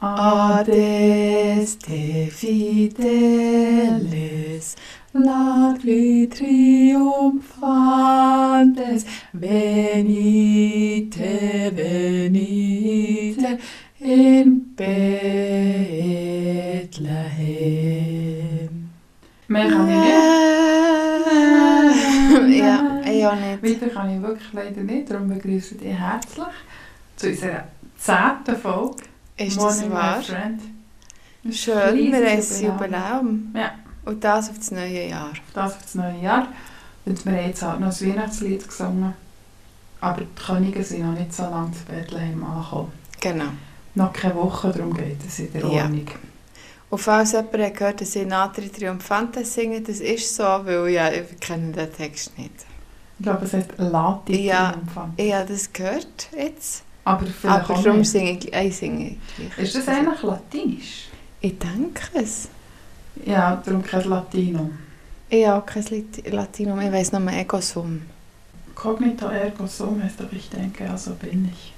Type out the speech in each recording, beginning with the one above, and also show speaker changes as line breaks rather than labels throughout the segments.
Ad este fidelis, nacli triumphantes, venite, venite, in Bethlehem.
Meer gaan we niet.
ja, ich auch nicht.
Weiter kann ich wirklich leider nicht, darum begrüße ich dich herzlich zu unserer zehnten Folge.
Ist das
Morning, my
wahr?
friend.
dus
Dus
Schön, wir haben ein
Riesiges
Jubiläum.
Ja.
Und das auf das neue Jahr.
Das für das neue Jahr. Und wir haben jetzt halt noch ein Weihnachtslied gesungen. Aber die Könige sind noch nicht so lange zu Bethlehem angekommen.
Genau.
Noch keine Woche, darum geht es in der
Ja.
Ordnung.
Und falls jemand hat gehört dass ich Natri Triumphantes singe, das ist so, weil ja, ich kenne den Text nicht.
Ich glaube, es heißt Lati
Ja.
Triumphant.
Ich habe das gehört jetzt,
Aber vielleicht
aber
auch
darum
nicht.
singe ich, äh, ich singe gleich.
Ist das eigentlich Latinisch?
Ich denke es.
Ja, darum kein Latino.
Ich habe auch kein Lit- Latinum, ich weiss nur Ego Sum.
Cognito ergo sum heißt aber ich denke, also bin ich.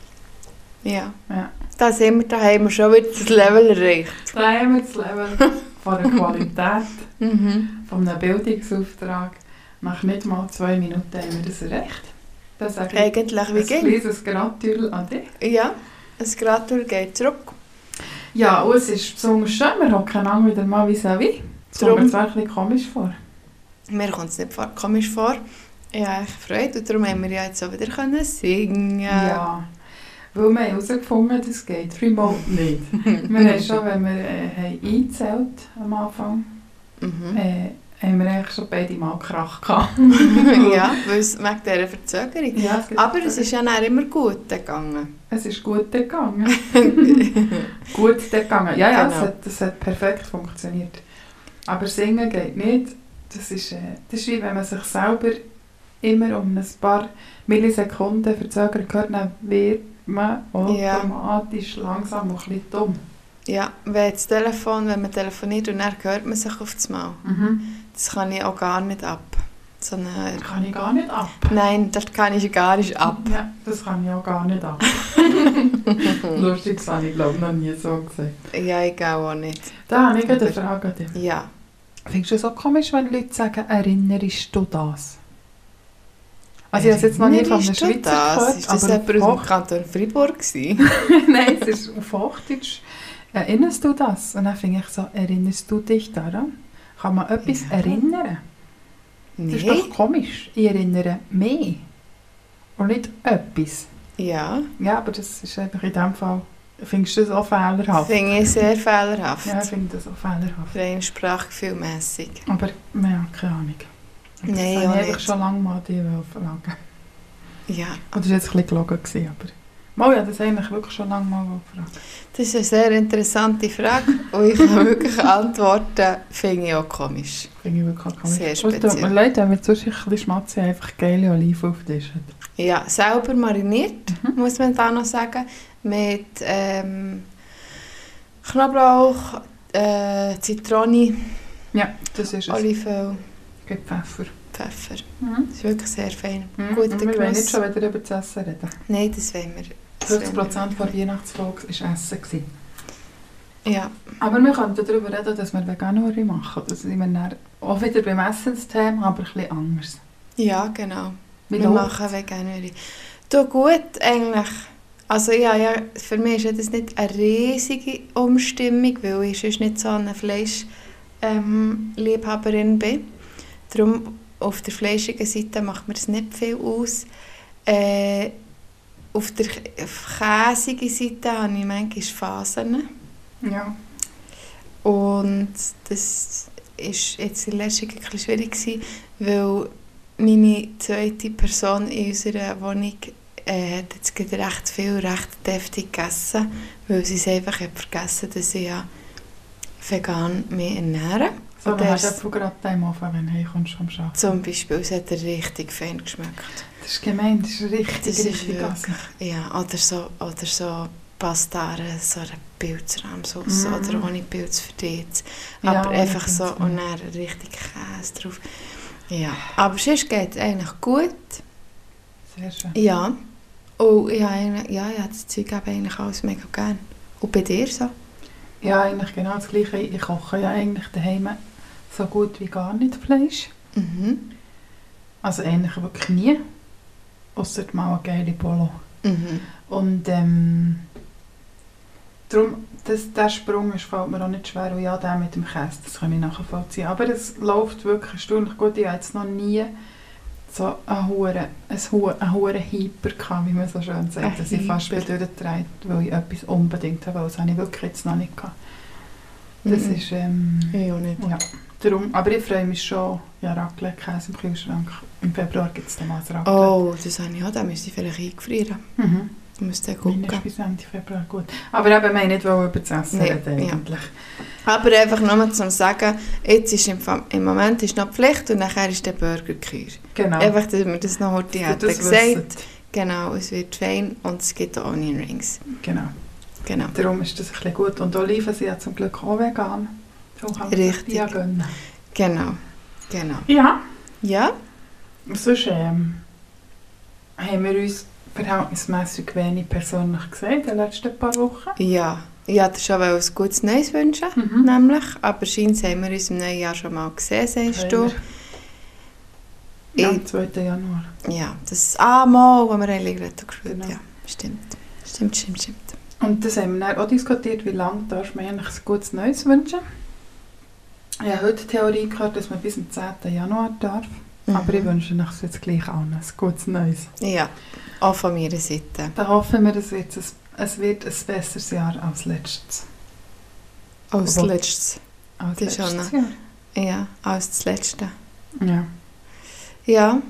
Ja.
Ja.
Da sind wir, da haben wir schon wieder das Level erreicht.
Da haben wir das Level von der Qualität,
Mhm.
von einem Bildungsauftrag. Nach nicht mal zwei Minuten haben wir das erreicht. Das sage ich
Eigentlich, wie
Ein
ging
kleines Gratül an dich.
Ja, ein Gratul geht zurück.
Ja, und es ist besonders schön, wir hocken auch wieder mal vis-à-vis. Das kommt
Drum.
mir zwar ein bisschen komisch vor.
Mir kommt es nicht vor, komisch vor. Ich habe echt Freude und darum haben wir ja jetzt auch wieder können singen.
Weil wir haben herausgefunden, das geht remote nicht. wir haben schon, wenn wir äh, haben eingezählt am Anfang,
Mhm.
äh, haben wir eigentlich schon beide mal Krach gehabt.
ja, dus weil es wegen dieser Verzögerung.
ja, es gibt-
Aber es ist ja dann immer gut gegangen.
es ist gut gegangen. gut gegangen. Ja, ja, es,
Genau.
hat, es hat perfekt funktioniert. Aber singen geht nicht. Das ist, äh, das ist wie wenn man sich selber immer um ein paar Millisekunden verzögert hört, dann wird man
Ja.
automatisch langsam und ein bisschen dumm.
ja, wenn das Telefon, wenn man telefoniert und dann hört man sich auf das Mal. Das kann ich auch gar nicht ab. So eine,
Das kann ich gar nicht ab.
nein, das kann ich gar nicht ab.
Ja, das kann ich auch gar nicht ab. Lustig, das habe ich glaube noch nie so gesehen.
Ja, ich gehe auch nicht.
Da habe ich gerade eine Frage an dich.
Ja.
Findest du es auch komisch, wenn Leute sagen, erinnerst du das? Also ich habe es jetzt noch nie von einem
Erinnerst du
Schweizer
das?
gehört,
Ist das
aber auf
jemand aus
Hoch-
dem Kanton Freiburg? gewesen?
Nein, es ist auf Hochdeutsch. Erinnerst du das? Und dann finde ich so, erinnerst du dich daran? Kann man etwas
Ja.
erinnern? Das ist
Nein.
doch komisch. Ich erinnere mich. Und nicht etwas.
Ja,
Ja, aber das ist einfach in dem Fall, findest du das auch fehlerhaft?
finde ich sehr fehlerhaft.
Ja, ich finde das auch fehlerhaft.
Rein sprachgefühlmässig.
Aber, ja, keine Ahnung. Das
Nein,
habe ich
auch
einfach
nicht.
schon lange mal dir fragen.
Ja,
Und das war jetzt ein bisschen gelogen, gewesen, aber... Mal, oh ja, das eigentlich wirklich schon lange mal gefragt.
das ist eine sehr interessante Frage und ich kann wirklich antworten, finde ich auch komisch.
Finde ich wirklich komisch.
Sehr
Und Es tut mir
speziell.
Oh, leid, wenn wir zwischendurch ein bisschen schmatzen, einfach geile Oliven auf den Tisch haben.
Ja, selber mariniert, muss man da noch sagen, mit ähm, Knoblauch, äh, Zitrone,
Ja, das ist es.
Olivenöl,
Gibt Pfeffer.
Pfeffer.
Mhm.
Das ist wirklich sehr fein.
Mhm.
Guter
Und wir wollen nicht
Genuss.
schon wieder über das Essen reden.
Nein, das wollen wir. das wollen wir
50% der Weihnachtsfolge war Essen. Gewesen.
wirklich. Ja,
Aber wir könnten darüber reden, dass wir Veganuary machen. Das sind wir dann auch wieder beim Essensthema, aber ein bisschen anders.
ja, genau.
Wie
wir
läuft's?
machen Veganuary. Du gut eigentlich. Also ja, ja, für mich ist ja das nicht eine riesige Umstimmung, weil ich sonst nicht so eine Fleischliebhaberin ähm, Liebhaberin bin. Darum auf der fleischigen Seite macht mir es nicht viel aus. Äh, auf der K- käsigen Seite habe ich manchmal Phasen.
Ja.
Und das ist jetzt in letzter Zeit ein bisschen schwierig, gewesen, weil meine zweite Person in unserer Wohnung äh, hat jetzt gerade recht viel, recht deftig gegessen, weil sie es einfach hat vergessen dass ich ja vegan mich ernähre.
So, dann
Und der
hast du
ist-
Apfel gerade im Ofen, wenn du kommst vom Arbeiten.
Zum Beispiel, es hat richtig fein geschmeckt.
Das ist gemein, das ist richtig,
Das ist
richtig
wirklich-
Essen.
Ja, oder so, oder so Pastare, so eine Pilzrahmsauce
Mhm.
oder ohne Pilz verdient.
Ja,
Aber
ohne
einfach so
Pilz, ja.
und dann richtig Käse drauf. Ja, aber sonst geht es eigentlich gut. Oh,
Sehr schön.
Ja. Und ich habe, eigentlich- ja, ich habe das Zeug eben eigentlich alles mega gern. Und bei dir so?
Ja, eigentlich genau das Gleiche. Ich koche ja eigentlich daheim so gut wie gar nicht Fleisch.
Mhm.
Also eigentlich wirklich nie. Ausser mal eine geile Polo.
Mhm.
Und ähm, darum, das, der Sprung ist, fällt mir auch nicht schwer. Und ja, der mit dem Käse, das kann ich nachvollziehen. Aber es läuft wirklich erstaunlich gut. Ich habe jetzt noch nie so einen hohen, einen hohen, einen hohen Hyper gehabt, wie man so schön
Ein
sagt. Dass ich fast bin
Hyper.
durchgedreht, weil ich etwas unbedingt habe. Das habe ich wirklich jetzt noch nicht gehabt. Das
Mhm.
ist... Ähm,
Ich auch nicht.
Ja, darum. Aber ich freue mich schon. Ja, Raclette-Käse im Kühlschrank. Im Februar gibt es dann mal das Raclette.
Oh, das habe ich auch. Da müsste ich vielleicht eingefrieren.
Mhm.
Da müsste ich
Mindestens
gucken.
bis Ende Februar, gut. Aber eben, wir haben nicht wollen über das Essen
Nee,
reden
ja.
eigentlich.
Aber einfach nur zum Sagen, jetzt ist im, Fam- im Moment ist noch die Pflicht und nachher ist der Burger Kühl.
Genau.
Einfach, dass wir das noch heute
Dass ihr
hätten
das
gesagt.
wisst.
Genau, es wird fein und es gibt auch Onion Rings.
Genau.
Genau.
Darum ist das ein bisschen gut. Und Oliven sind ja zum Glück auch vegan. Darum kann man sich
Richtig.
die ja gönnen.
Genau. Genau.
Ja.
Ja?
Sonst ähm, haben wir uns verhältnismäßig wenig persönlich gesehen in den letzten paar Wochen.
Ja. Ich wollte schon ein gutes Neues wünschen,
Mhm.
nämlich. Aber scheinbar haben wir uns im neuen Jahr schon mal gesehen, sagst du.
Ja,
Ich-
am 2. Januar.
Ja, das A-Mal, wo wir eigentlich gerade gespielt
Genau.
Ja, stimmt. Stimmt, stimmt, stimmt.
Und das haben wir dann auch diskutiert, wie lange darf man eigentlich ein gutes Neues wünschen. Ich habe heute die Theorie gehört, dass man bis zum 10. Januar darf. Aber ich wünsche euch es jetzt gleich allen ein gutes Neues.
Mhm. Ja, auch von meiner Seite.
Dann hoffen wir, es wird ein, es wird ein besseres Jahr als letztes.
Als
Obwohl-
letztes.
Als
Das ist
letztes Jahr.
Ja, als das letzte.
Ja.
Ja.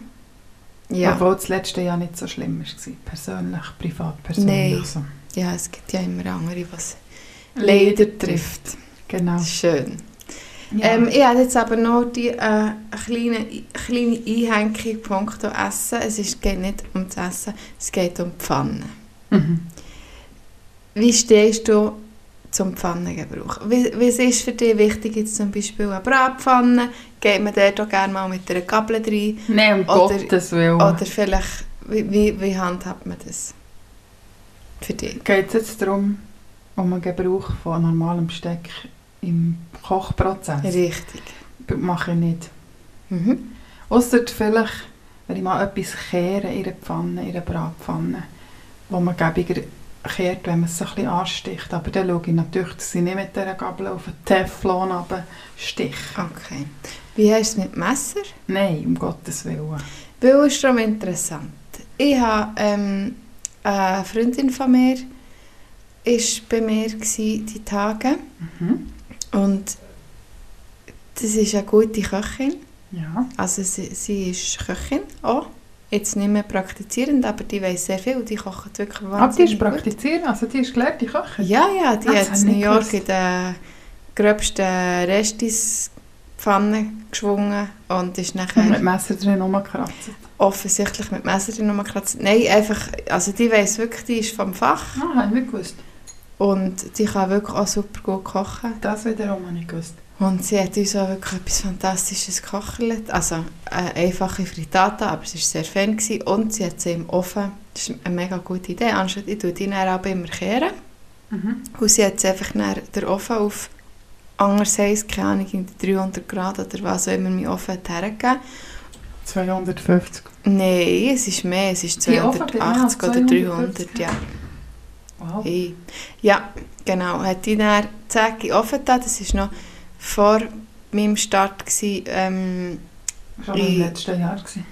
Ja.
Obwohl das letzte Jahr nicht so schlimm war. Persönlich, privat, persönlich. Also.
Nein.
So.
ja, es gibt ja immer andere, was
Leider
leider trifft.
Genau.
Schön.
Ja.
Ähm, ich habe jetzt aber noch die äh, eine kleine, kleine Einhänkung punkto Essen. Es ist, geht nicht um das Essen, es geht um die Pfanne.
mhm.
Wie stehst du zum Pfannengebrauch? Wie- Was ist für dich wichtig, jetzt zum Beispiel eine Bratpfanne? Geht man dort auch gerne mal mit einer Gabel rein?
Nein, um
Oder-
Gottes Willen.
Oder vielleicht, wie, wie, wie handhabt man das für dich?
Geht es jetzt darum, um den Gebrauch von normalem Steck im Kochprozess?
Richtig.
B- Mache ich nicht.
Mhm.
Ausser vielleicht, wenn ich mal etwas kehre in einer Pfanne, in einer Bratpfanne, wo man gäbiger kehrt, wenn man es so ein bisschen ansticht. Aber dann schaue ich natürlich, dass ich nicht mit dieser Gabel auf den Teflon stiche.
Okay. Wie hast du es mit Messer?
Nein, um Gottes Willen.
Weil es ist darum interessant. Ich habe ähm, eine Freundin von mir ist bei mir gsi die Tage
Mhm.
und das ist eine gute Köchin.
Ja.
Also sie, sie ist Köchin auch. Jetzt nicht mehr praktizierend, aber die weiß sehr viel. Die kocht wirklich
Aber Ah, die ist
gut.
praktizieren, also die ist gelernte Köchin.
Ja, ja, die
Ah, das
hat
hab
in
ich
New
nicht
York
gewusst.
in den gröbsten Restis Pfanne geschwungen und ist nachher...
Und mit Messer drin rumkratzen.
offensichtlich mit Messer drin rumkratzt. Nein, einfach, also die weiss wirklich, die ist vom Fach
Ah, habe ich nicht gewusst.
und die kann wirklich auch super gut kochen.
Das wiederum habe ich gewusst.
Und sie hat uns auch wirklich etwas Fantastisches gekocht. Also eine einfache Frittata, aber es war sehr fein gewesen. und sie hat sie im Ofen. Das ist eine mega gute Idee. Anstatt ich tue die dann aber immer kehren.
Mhm.
Und sie hat sie einfach dann den Ofen auf anders heiß, keine Ahnung, in 300 Grad oder was auch immer mein Ofen hat hergegeben.
250.
Nein, es ist mehr, es ist
Die Ofen,
280
genau,
oder 300,
250,
ja.
Wow.
Hey. Ja, genau. Hat die dann Zäcke offen getan. Das war noch vor meinem Start. Gewesen. Ähm,
Schon
Ich-
im letzten Jahr. Gewesen.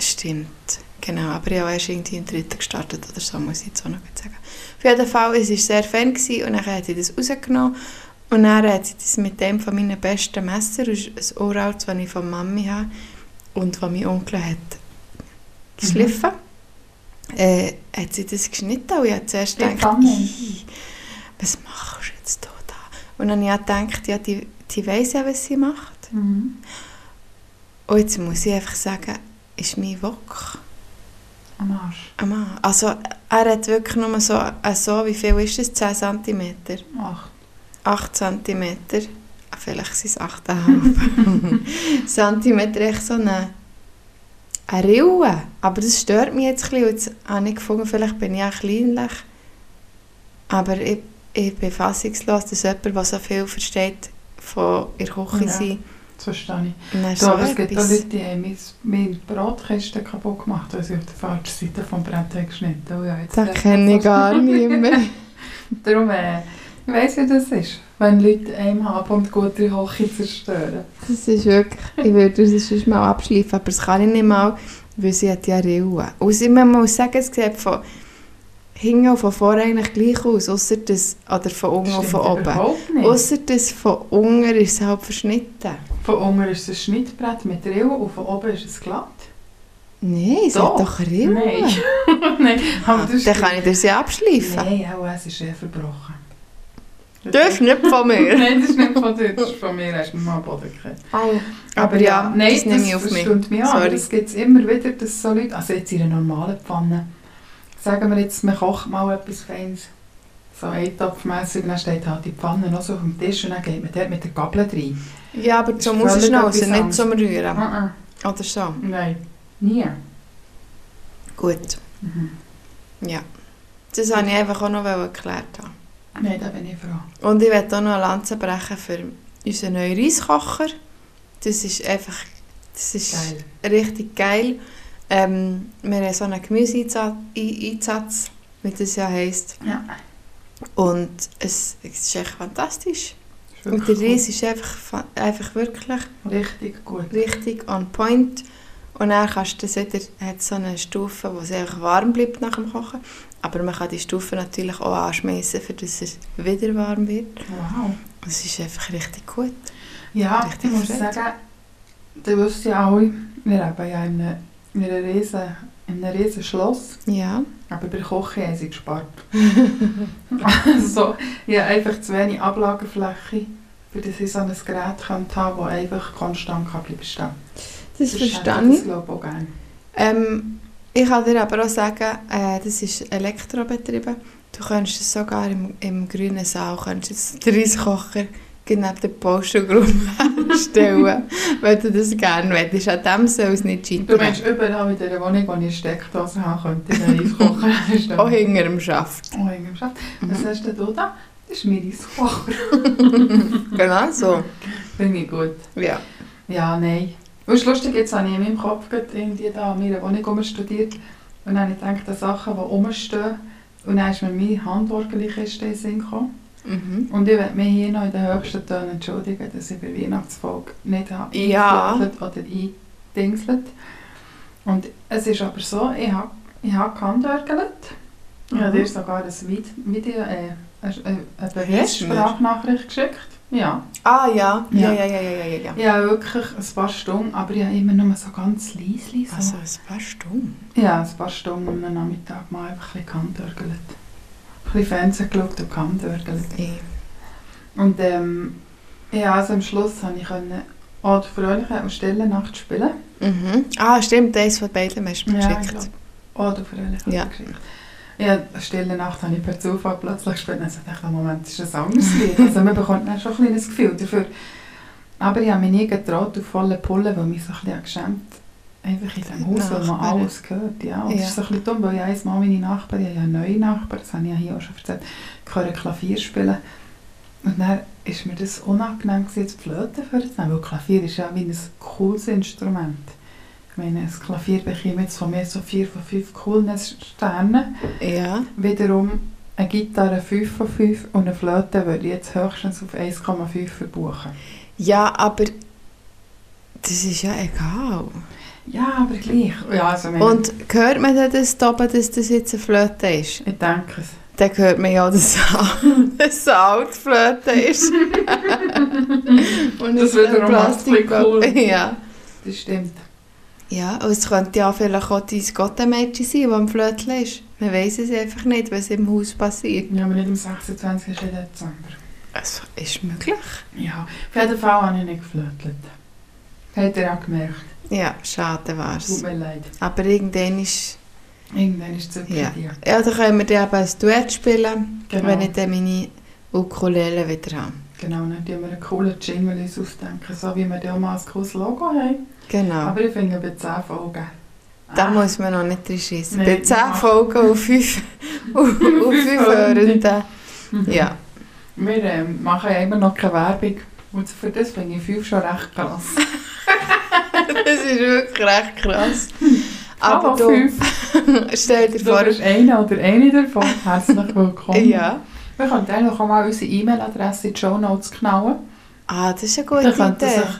stimmt, genau. Aber ich habe erst irgendwie im dritten gestartet oder so, muss ich jetzt auch noch gut sagen. Auf jeden Fall, es war sehr fein gewesen, und dann hat sie das rausgenommen. Und dann hat sie das mit dem von meinen besten Messer, das ist ein Uralt, das ich von Mami habe und das mein Onkel hat geschliffen, äh, hat sie das geschnitten und ich habe zuerst
In die
gedacht,
Pfanne.
«Ih, was machst du jetzt da? Und dann habe ich auch gedacht, ja, die, die weiss ja, was sie macht.
Mhm.
Und jetzt muss ich einfach sagen, ist mein Wok
Am Arsch.
am Mann. Also er hat wirklich nur so, äh, so wie viel ist das? 10 cm?
Ach,
8 cm? Ah, Vielleicht sind es 8,5 cm. echt so eine, eine Rille. Aber das stört mich jetzt ein bisschen. Und Jetzt habe ich gefunden, vielleicht bin ich auch kleinlich. Aber ich ich bin fassungslos, dass jemand, der so viel versteht, von ihrer Küche
Ja.
sein.
Das verstehe ich.
Und dann
So, aber es gibt auch
etwas.
Leute, die haben mein, meine Brotkästen kaputt gemacht, weil sie auf der falschen Seite vom Brett haben geschnitten haben. Oh ja, jetzt-
Das kenne ich gar nicht mehr.
Darum, äh, ich weiss, wie das ist, wenn Leute einem haben und gute Hoche zerstören.
Das ist wirklich, ich würde es sonst mal abschleifen, aber das kann ich nicht mal, weil sie hat ja Rillen. Und sie, man muss sagen, es sieht von hinten und von vorne eigentlich gleich aus, außer das, oder von unten und
Stimmt
von oben.
überhaupt nicht.
Außer das von unten ist es halt verschnitten.
Von unten ist es ein Schnittbrett mit Rillen und von oben ist es glatt.
Nein, es
Doch.
hat doch Rillen.
Nein. Nein, aber das
Dann kann ich das ja abschleifen.
Nein, auch es ist eher verbrochen.
Das ist nicht von mir.
Nein, das ist nicht von dir, das ist von mir, hast du mir mal am Boden gegeben.
aber ja,
nein,
das nehme ich auf
das
mich.
stimmt mich an.
Sorry.
aber Das gibt es immer wieder, dass so Leute, also jetzt in einer normalen Pfanne, sagen wir jetzt, man kocht mal etwas Feines, so eintopfmässig, dann steht halt die Pfanne noch so auf dem Tisch und dann geht man dort mit der Gabel rein.
Ja, aber
Ist
zum
völlig
Rausschnauzen,
etwas
nicht
anderes.
zum Rühren.
Ah, ah,
Oder so.
Nein, nie.
Gut.
Mhm.
Ja. Das wollte ich einfach auch noch erklärt haben.
Nein, da bin ich froh.
Und ich werde auch noch eine Lanze brechen für unseren neuen Reiskocher. Das ist einfach das ist
Geil.
richtig geil. Ähm, wir haben so einen Gemüseeinsatz, Ei- Einsatz, wie das ja heisst.
Ja.
Und es, es ist echt fantastisch.
Ist
Und der
wirklich
Reis ist einfach, fa- einfach wirklich
gut. Richtig gut.
richtig on point. Und dann kannst du das wieder, hat so eine Stufe, wo es einfach warm bleibt nach dem Kochen. Aber man kann die Stufe natürlich auch anschmeißen, für dass er wieder warm wird.
Wow.
Es ist einfach richtig gut.
Ja,
Richtig
ich muss
fett.
sagen, du wisst ja alle, wir haben ja in einem, in einer riesen, in einem riesen Schloss,
Ja.
aber bei Kochen haben sie gespart. also, ich habe einfach zu wenig Ablagefläche, für das ich so ein Gerät könnte haben das einfach konstant kann bleiben stehen kann.
Das
hätte ich. Das glaube ich auch gerne.
Ähm, ich kann dir aber auch sagen, äh, das ist elektrobetrieben. Du kannst es sogar im, im grünen Saal, kannst es den Reiskocher genau neben der Postelgruppe stellen, wenn du das gerne möchtest. An dem soll es nicht scheitern.
Du meinst, überall in dieser Wohnung, wo ich eine Steckdose habe, könnte ich einen Eiskocher stellen.
auch hinter dem Schaft.
Oh, irgendwie schon. Was hast denn du da? Das ist mein Eiskocher.
Genau so.
Finde ich gut.
Ja.
Ja, nein. Und es ist lustig, jetzt habe ich in meinem Kopf gerade irgendwie da an meiner Wohnung rumstudiert und dann habe ich gedacht an Sachen, die rumstehen. Und dann ist mir meine Handorgelkiste in den Sinn gekommen.
Mhm.
Und ich werde mich hier noch in den höchsten Tönen entschuldigen, dass ich bei der Weihnachtsfolge nicht habe
Ja.
eingeflochtelt oder eingedingselt. Und es ist aber so, ich habe, ich habe gehandorgelt. Ich habe
Mhm.
dir sogar ein Vid- Video, äh, eine, eine
Hast du mir?
Beweissprachnachricht geschickt. Ja.
Ah ja.
Ja.
Ja, ja, ja, ja, ja, ja. ja.
Ja, wirklich ein paar Stunden, aber ich habe immer nur so ganz leise. So.
Also ein paar Stunden.
Ja, ein paar Stunden am Nachmittag mal einfach ein bisschen gehandörgelt. Ein bisschen Fernsehen geschaut und gehandörgelt.
Ey.
Und ähm, ja, also am Schluss konnte ich können auch die Fröhliche und Stille Nacht spielen.
Mhm. Ah, stimmt, eins von beiden hast du mir
Ja, ich
geschickt.
glaub. Oh, du Fröhliche
Ja.
Geschichte. Ja, Stille Nacht habe ich per Zufall plötzlich gespielt. Dann dachte ich, Moment, ist das ein anderes Lied? Also man bekommt dann schon ein kleines Gefühl dafür. Aber ich habe mich nie getraut auf volle Pulle, weil mich so ein bisschen geschämt Einfach in diesem Haus, weil man
Nachbarn.
alles gehört. Ja. Und
Ja.
das ist so ein bisschen dumm, weil ich eins Mal meine Nachbarin, ich habe neue Nachbarn, das habe ich ja hier auch schon erzählt, ich höre Klavier spielen. Und dann ist mir das unangenehm, gewesen, jetzt die Flöte vorzunehmen, weil Klavier ist ja wie ein cooles Instrument. Ich meine, ein Klavier bekomme jetzt von mir so 4 von 5 Coolness-Sternen.
Ja.
Wiederum eine Gitarre 5 von 5 und eine Flöte würde ich jetzt höchstens auf 1,5 verbuchen.
Ja, aber das ist ja egal.
Ja, aber gleich. Ja, also ich meine,
Und hört man dann das da oben, dass das jetzt eine Flöte ist?
ich denke es.
Dann hört man ja, dass es eine Altflöte ist. Und
Das
nicht eine
wiederum macht's ein bisschen
Plastikbox.
cool.
Ja.
Das stimmt.
Ja, und es könnte ja vielleicht auch dein Gottemädchen sein, das am Flötchen ist. Man weiß es einfach nicht, was im Haus passiert.
Ja, aber nicht am 26. Dezember.
Es Also, ist möglich.
Ja, auf jeden Fall habe ich nicht geflirtet. Hat er auch gemerkt.
Ja, schade war
Tut
es.
mir leid.
Aber irgendwann ist...
Irgendwann ist es okay
Ja.
dir.
Ja, dann können wir dann eben ein Duett spielen,
Genau.
wenn ich dann meine Ukulele wieder habe.
Genau, dann tun wir einen coolen Jingle uns ausdenken, so wie wir da mal ein cooles Logo haben.
Genau.
Aber ich finde, bei 10 Folgen...
Da
Ah,
muss man noch nicht reinschiessen.
Nein,
Bei 10
mach.
Folgen und 5
Fünf Hörenden.
Hörenden.
mhm.
Ja,
Wir ähm, machen ja immer noch keine Werbung. Und für das finde ich fünf schon recht krass.
Das ist wirklich recht krass.
Hallo,
Aber du,
fünf.
stell dir
Du
vor,
bist einer oder eine davon. Herzlich willkommen.
ja.
Wir könnten eigentlich auch mal unsere E-Mail-Adresse in die Show Notes knallen.
Ah, das ist eine
Dann
gute
könnte
Idee.
sich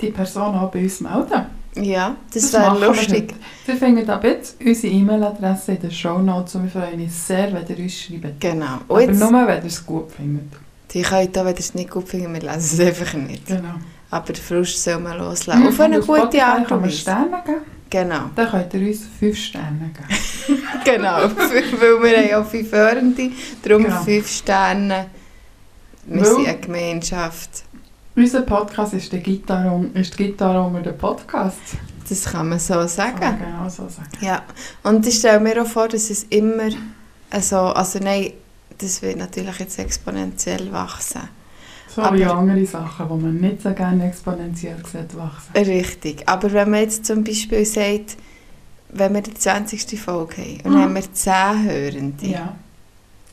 die Person auch bei uns melden.
Ja, das,
machen
wäre
wir
lustig.
heute. Wir finden ab jetzt unsere E-Mail-Adresse in den Show Notes und wir freuen uns sehr, wenn ihr uns schreibt.
Genau.
Aber
Und jetzt,
nur, wenn ihr es gut findet.
die könnt auch, wenn ihr es nicht gut findet, wir lesen es einfach nicht.
Genau. Mhm.
Aber den Frust soll man loslassen. Auf eine gute
kann
Art und
man
Weise.
Sterne geben.
Genau.
Dann könnt ihr uns 5 Sterne geben.
Genau, weil wir haben ja fünf Hörende, darum
Genau.
fünf Sterne. Wir
Weil-
sind eine Gemeinschaft.
Unser Podcast ist die Gitarre, ist die Gitarre unter den Podcasts.
Das kann man so
Kann
sagen.
man genau so sagen.
Ja, und ich stelle mir auch vor, dass es immer so, also nein, das wird natürlich jetzt exponentiell wachsen.
So
Aber-
wie andere Sachen, die man nicht so gerne exponentiell sieht wachsen.
Richtig, aber wenn man jetzt zum Beispiel sagt, wenn wir die 20. Folge haben und
Mhm.
dann haben wir 10 Hörende
Ja.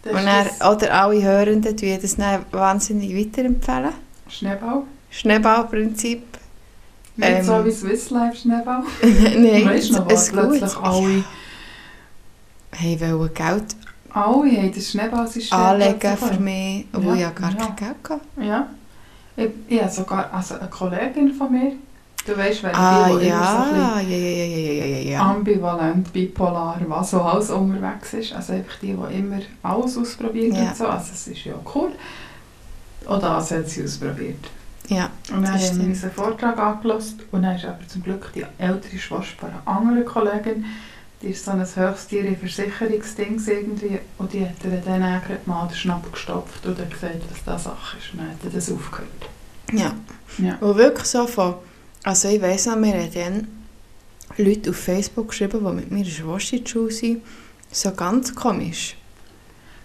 Das
Äh, und
ist
dann,
das
oder alle Hörenden tun das dann wahnsinnig weiterempfehlen.
Schneeball.
Schneeballprinzip.
Nicht
Ähm.
so wie Swiss Life Schneeball.
Nein,
Weißt du noch, wo
es ist gut.
plötzlich alle,
Hey, wollen Geld
alle haben das Schneeballsystem
anlegen
plötzlich.
für mich,
Ja,
wo ich ja gar
ja.
kein Geld hatte.
Ja. Ich, ich habe sogar also eine Kollegin von mir. Du weißt, wer
Ah,
die, die immer so ein bisschen
ja, ja, ja, ja, ja, ja, ja,
Ah.
ja.
ambivalent, bipolar, was auch alles unterwegs ist. Also einfach die, die immer alles ausprobiert
Ja.
und so. Also es ist ja cool. Und das hat sie ausprobiert.
Ja,
Und dann
das
haben wir
stimmt.
unseren Vortrag angelassen und dann ist aber zum Glück die ältere Schwester von einer anderen Kollegin, die ist so ein Höchsttier in Versicherungsdings irgendwie und die hat ihr dann auch gerade mal den Schnapp gestopft und hat gesagt, was das Sache ist und dann hat er das aufgehört.
ja.
Ja.
Und wirklich so von, also ich weiss noch, mir haben dann Leute auf Facebook geschrieben, die mit mir Schwast in der Schule sind. So ganz komisch.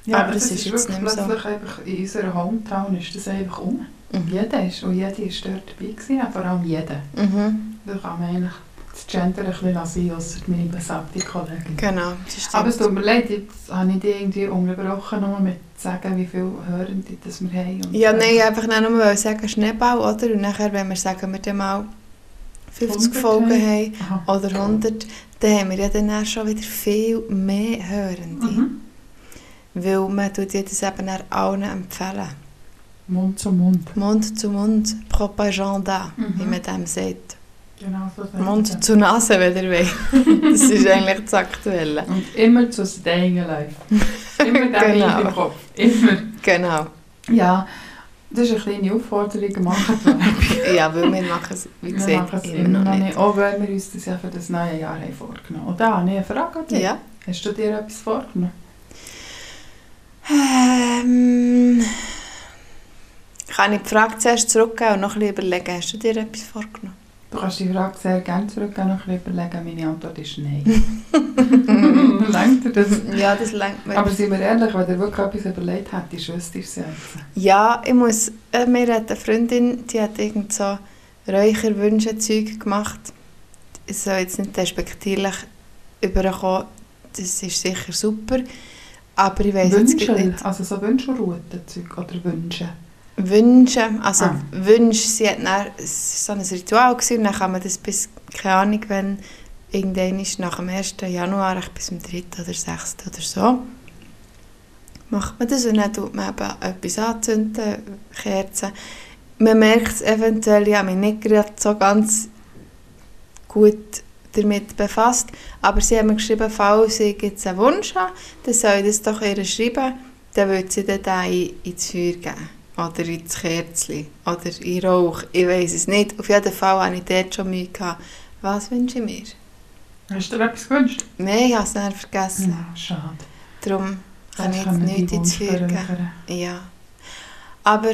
Ja,
Aber
aber das,
das ist
ist wirklich
jetzt nicht mehr so.
plötzlich einfach in unserer Hometown ist das einfach um.
Mhm.
Jeder ist, und jede ist dort dabei gewesen, ja, vor allem jeder.
Mhm.
Da kann man eigentlich das Gender ein bisschen lassen, ausser meine besagte Kollegin.
Genau, das stimmt.
Aber es tut mir leid, jetzt habe ich dich irgendwie unterbrochen, nur mit zu sagen, wie viele Hörende das wir haben. Und
ja, nein, einfach dann nur wollte sagen Schneeball, oder? Und nachher, wenn wir sagen, wir dann mal 50
100
Folgen
haben.
haben,
Aha.
oder 100, dann haben wir ja dann auch schon wieder viel mehr Hörende.
Mhm.
Weil man tut ja das eben dann allen empfehlen.
Mund zu Mund.
Mund zu Mund, Propaganda,
Mhm.
wie man dem sagt.
Genau so. sagt man.
Mund zu Nase, wenn ihr wollt. das ist eigentlich das Aktuelle.
Und immer zu stehen live. Immer den
Genau.
genau. im Kopf. Immer.
Genau.
Ja, das ist eine kleine Aufforderung, machen wir.
Ja, weil wir machen es, wie
Wir
gesagt,
machen es
immer noch nicht.
auch wenn Oh, wir uns das ja für das neue Jahr haben vorgenommen Und da habe ich eine Frage an dich.
Ja.
Hast du dir etwas vorgenommen?
Ähm, kann ich die Frage zuerst zurückgeben und noch ein bisschen überlegen, hast du dir etwas vorgenommen?
Du kannst die Frage sehr gerne zurückgehen und ein bisschen überlegen. Meine Antwort ist nein. Längt dir das?
Ja, das lenkt mir.
Aber seien wir ehrlich, wenn du wirklich etwas überlegt hättest, wüsstest du es jetzt.
Ja, ich muss, äh, mir hat eine Freundin, die hat irgend so Räucherwünsche-Zeug gemacht. Es soll jetzt nicht despektierlich überkommen, das ist sicher super. Aber ich weiss jetzt
Wünsche,
gerade nicht.
also so Wünschelrouten Zeug oder Wünsche.
Wünsche, also
Ah.
Wünsche, sie hat dann, es war so ein Ritual gewesen, und dann kann man das bis, keine Ahnung, wenn irgendwann ist, nach dem 1. Januar, ich bis zum 3. oder 6. oder so, macht man das und dann tut man eben etwas anzünden, Kerzen. Man merkt es eventuell, ja, mich nicht gerade so ganz gut damit befasst, aber sie haben mir geschrieben, falls ich jetzt einen Wunsch habe, dann soll ich das doch ihr schreiben, dann würde sie den da in, ins Feuer geben. Oder ins Kerzchen. Oder in Rauch. Ich weiß es nicht. Auf jeden Fall hatte ich dort schon Mühe. Gehabt. Was wünsche ich mir?
Hast du dir etwas gewünscht?
Nein, ich habe es dann vergessen.
Ja, Hm, schade.
Darum kann
Sonst
ich jetzt
können wir
nichts
die
ins
Wunsch
Feuer geben.
verwirklichen.
Ja. Aber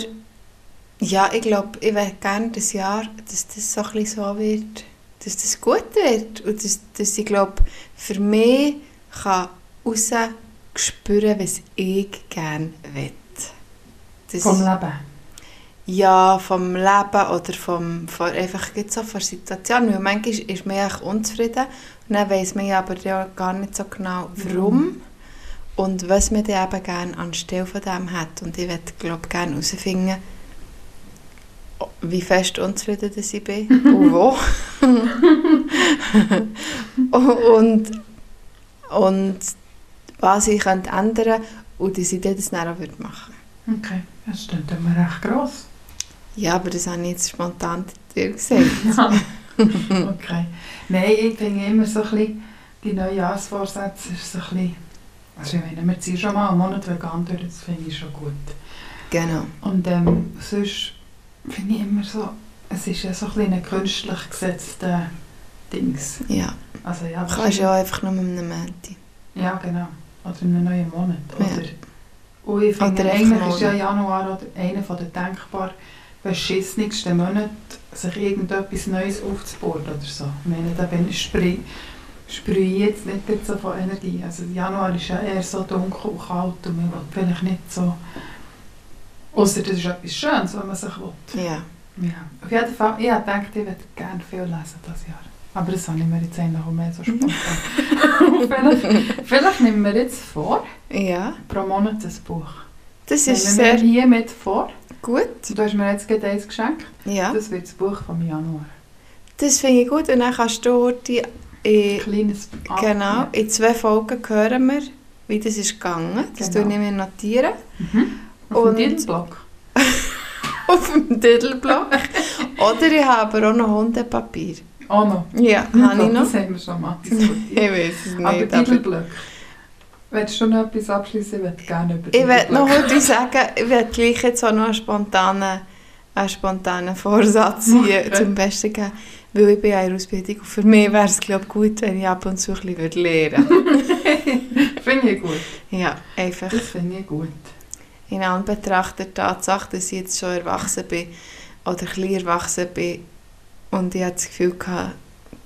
ja, ich glaube, ich wäre gerne das Jahr, dass das so ein bisschen so wird, dass das gut wird und dass, dass ich glaube, für mich kann raus spüren, was ich gerne will. Das-
Vom Leben.
ja, vom Leben oder vom, von, einfach gerade so von der Situation. Weil manchmal ist man ja auch unzufrieden und dann weiss man ja aber ja gar nicht so genau, warum. und was man dann eben gerne anstelle von dem hat. Und ich würde, glaube gerne herausfinden, wie fest unzufrieden dass ich bin und wo. und, und was ich könnte ändern könnte und dass ich dann das dann auch würde machen
Okay, das stimmt immer recht gross.
Ja, aber das habe ich jetzt spontan dir gesagt.
Ja. okay. Nein, ich finde immer so ein bisschen, die Neujahrsvorsätze ist so ein bisschen, also ich meine, wir ziehen schon mal einen Monat vegan durch, das finde ich schon gut.
Genau.
Und ähm, sonst finde ich immer so, es ist ja so ein bisschen ein künstlich gesetzter Dings.
Ja.
Also ja,
Kannst ja auch einfach nur mit einem Menti.
Ja, genau. Oder in einem neuen Monat.
Ja.
Oder, und ich finde,
Oder
eigentlich
einfach
ist ja Januar oder einer von den denkbar beschissenigsten Monaten, sich irgendetwas Neues aufzubauen oder so. Ich meine, da bin ich sprühe jetzt nicht gerade so von Energie. Also Januar ist ja eher so dunkel und kalt und man will vielleicht nicht so... Außer das ist etwas Schönes, wenn man sich will.
Ja.
Ja, auf jeden Fall, ich habe gedacht, ich würde gerne viel lesen dieses Jahr. Aber das habe ich mir jetzt eigentlich auch mehr so spontan. vielleicht, vielleicht nehmen wir jetzt vor,
Ja. dus,
pro Monat ein Buch.
Das
Nehmen
ist
wir
sehr
hier mit vor.
gut.
Du hast mir jetzt gerade eins geschenkt.
Ja.
Das wird das Buch vom Januar.
Das finde ich gut. Und dann kannst du heute in,
Kleines Ah,
eh, genau,
ja.
in zwei Folgen hören wir, wie das ist gegangen. Das
Genau.
tue ich mir notieren.
Mhm.
Und-
Auf dem Titelblock.
Auf dem Titelblock. Oder ich habe aber auch noch Hundepapier.
Auch Ah, noch.
Ja, habe ich noch.
Das haben wir schon mal
Ich
diskutiert.
weiß es
aber
nicht. Aber
Titelblock. Willst du noch etwas abschließen? Ich würde gerne über
ich werde noch
Titelblock-
heute sagen, ich werde gleich jetzt auch noch einen spontanen, einen spontanen Vorsatz hier
Okay.
zum Besten geben. Weil ich bin ja in der Ausbildung und für mich wäre es glaube gut, wenn ich ab und zu ein bisschen würde lernen würde.
Finde ich gut.
Ja, einfach.
Das finde ich gut.
In Anbetracht der Tatsache, dass ich jetzt schon erwachsen bin oder ein bisschen erwachsen bin und ich hatte das Gefühl, gehabt,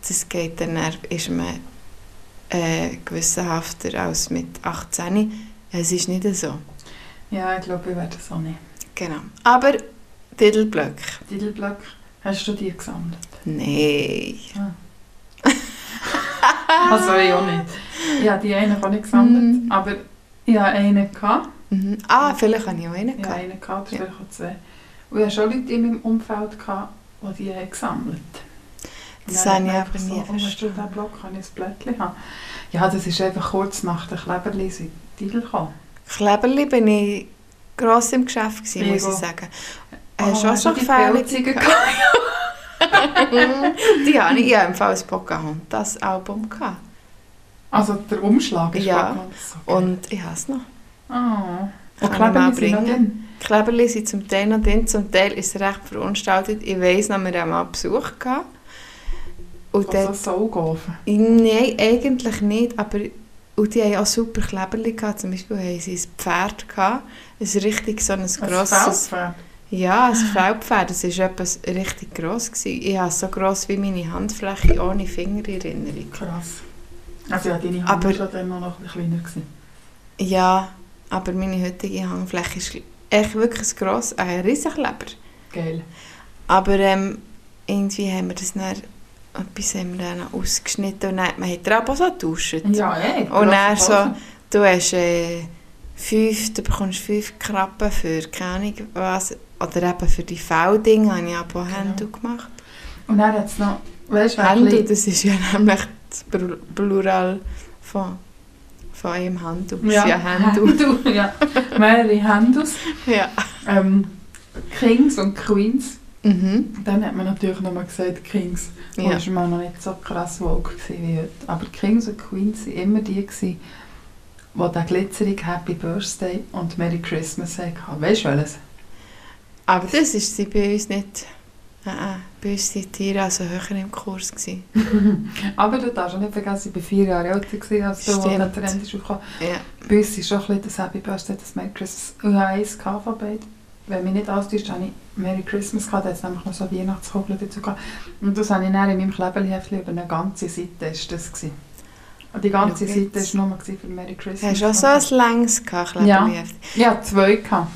das geht dann, eher- ist man äh, gewissenhafter als mit 18. Es ist nicht so.
Ja, ich glaube, ich werde es auch nehmen.
Genau. Aber Titelblöck.
Titelblock, hast du die gesammelt?
Nein. Ah.
Also ich auch nicht. Ich habe die eine auch nicht gesammelt,
Mm.
aber ich habe eine gehabt.
Mhm. Ah, vielleicht habe ich auch einen
Ich habe
gehabt.
eine gehabt,
Ja.
oder vielleicht auch zwei. Und ich habe schon Leute in meinem Umfeld gehabt, die die haben gesammelt
Das
Dann
habe ich
einfach
aber nie
so, oh, hast du diesen
verstanden.
Block, kann ich ein Blättchen haben? Ja, das ist einfach kurz nach den Kleberli sind die Titel gekommen.
Kleberli bin ich gross im Geschäft, gewesen, muss
Lego.
ich sagen.
Oh,
Ah, Hast du auch
hast
so
du die
gefährlich
Pelzigen
die habe ich, ich habe im Fall ein Pocahontas-Album gehabt.
Also der Umschlag ist
Ja.
ganz so geil.
Und ich habe es noch.
Ah. Und
Kann ich mal
Kleberli sind noch
bringen.
drin.
Die Kleberli sind zum Teil noch drin, zum Teil ist es recht verunstaltet. Ich weiss noch, wir haben mal Besuch gehabt. Und
Von
dort
so Saugofen.
Nein, eigentlich nicht, aber und die haben auch super Kleberli gehabt. Zum Beispiel haben sie ein Pferd gehabt. Ein richtig so ein
Ein
grosses.
Feldpferd.
ja, ein Feldpferd. Das war etwas richtig gross. Gewesen. Ich habe es so gross wie meine Handfläche ohne Finger in Erinnerung.
Krass. Also ja, deine
Aber-
Hand war dann noch ein bisschen kleiner. Gewesen.
Ja, aber meine heutige Handfläche ist echt wirklich ein gross, ein riesiger Kleber.
Geil.
Aber ähm, irgendwie haben wir das dann, etwas haben wir dann noch ausgeschnitten und dann, man hat den auch so getauscht.
Ja, ey.
Und er
grosse Pause.
Du hast äh, fünf, du bekommst fünf Krabben für keine Ahnung was. Oder eben für die V-Dinge habe ich aber auch
Genau.
Händel gemacht.
Und er hat es noch... Weißt du, wer
Händel,
ein
das ist ja nämlich das Pl- Plural von, von einem Handel.
bisschen-
Ja, Händel.
Händel, ja. Mehrere Händels.
ja.
Ähm, Kings und Queens.
Mhm.
Und Dann hat man natürlich noch mal gesagt Kings. Ja.
Ja.
Das war mal noch nicht so krass woke gewesen wie heute. Aber Kings und Queens waren immer die, gewesen, die den glitzerigen Happy Birthday und Merry Christmas hatten. Weißt du welches?
Aber das ist sie bei uns nicht. Nein, bei uns waren die Tiere also höher im Kurs. Gewesen.
Aber du darfst auch nicht vergessen, ich war vier Jahre älter gewesen, als du, wo der
Stimmt.
Trend ist aufgekommen.
Ja.
Bei uns ist schon ein bisschen das Happy Birthday, das Merry Christmas. Und ich habe eins gehabt von beiden. Wenn mich nicht alles täuscht, habe ich Merry Christmas gehabt, da hat es nämlich noch so Weihnachtskugeln dazu gehabt. Und das habe ich dann in meinem Klebelhäftchen über eine ganze Seite ist das gewesen. Und die ganze
Schau
Seite
jetzt.
war nur gewesen für Merry Christmas.
Hast du auch so ein längs gehabt, Kleberli?
Ja, zwei gehabt.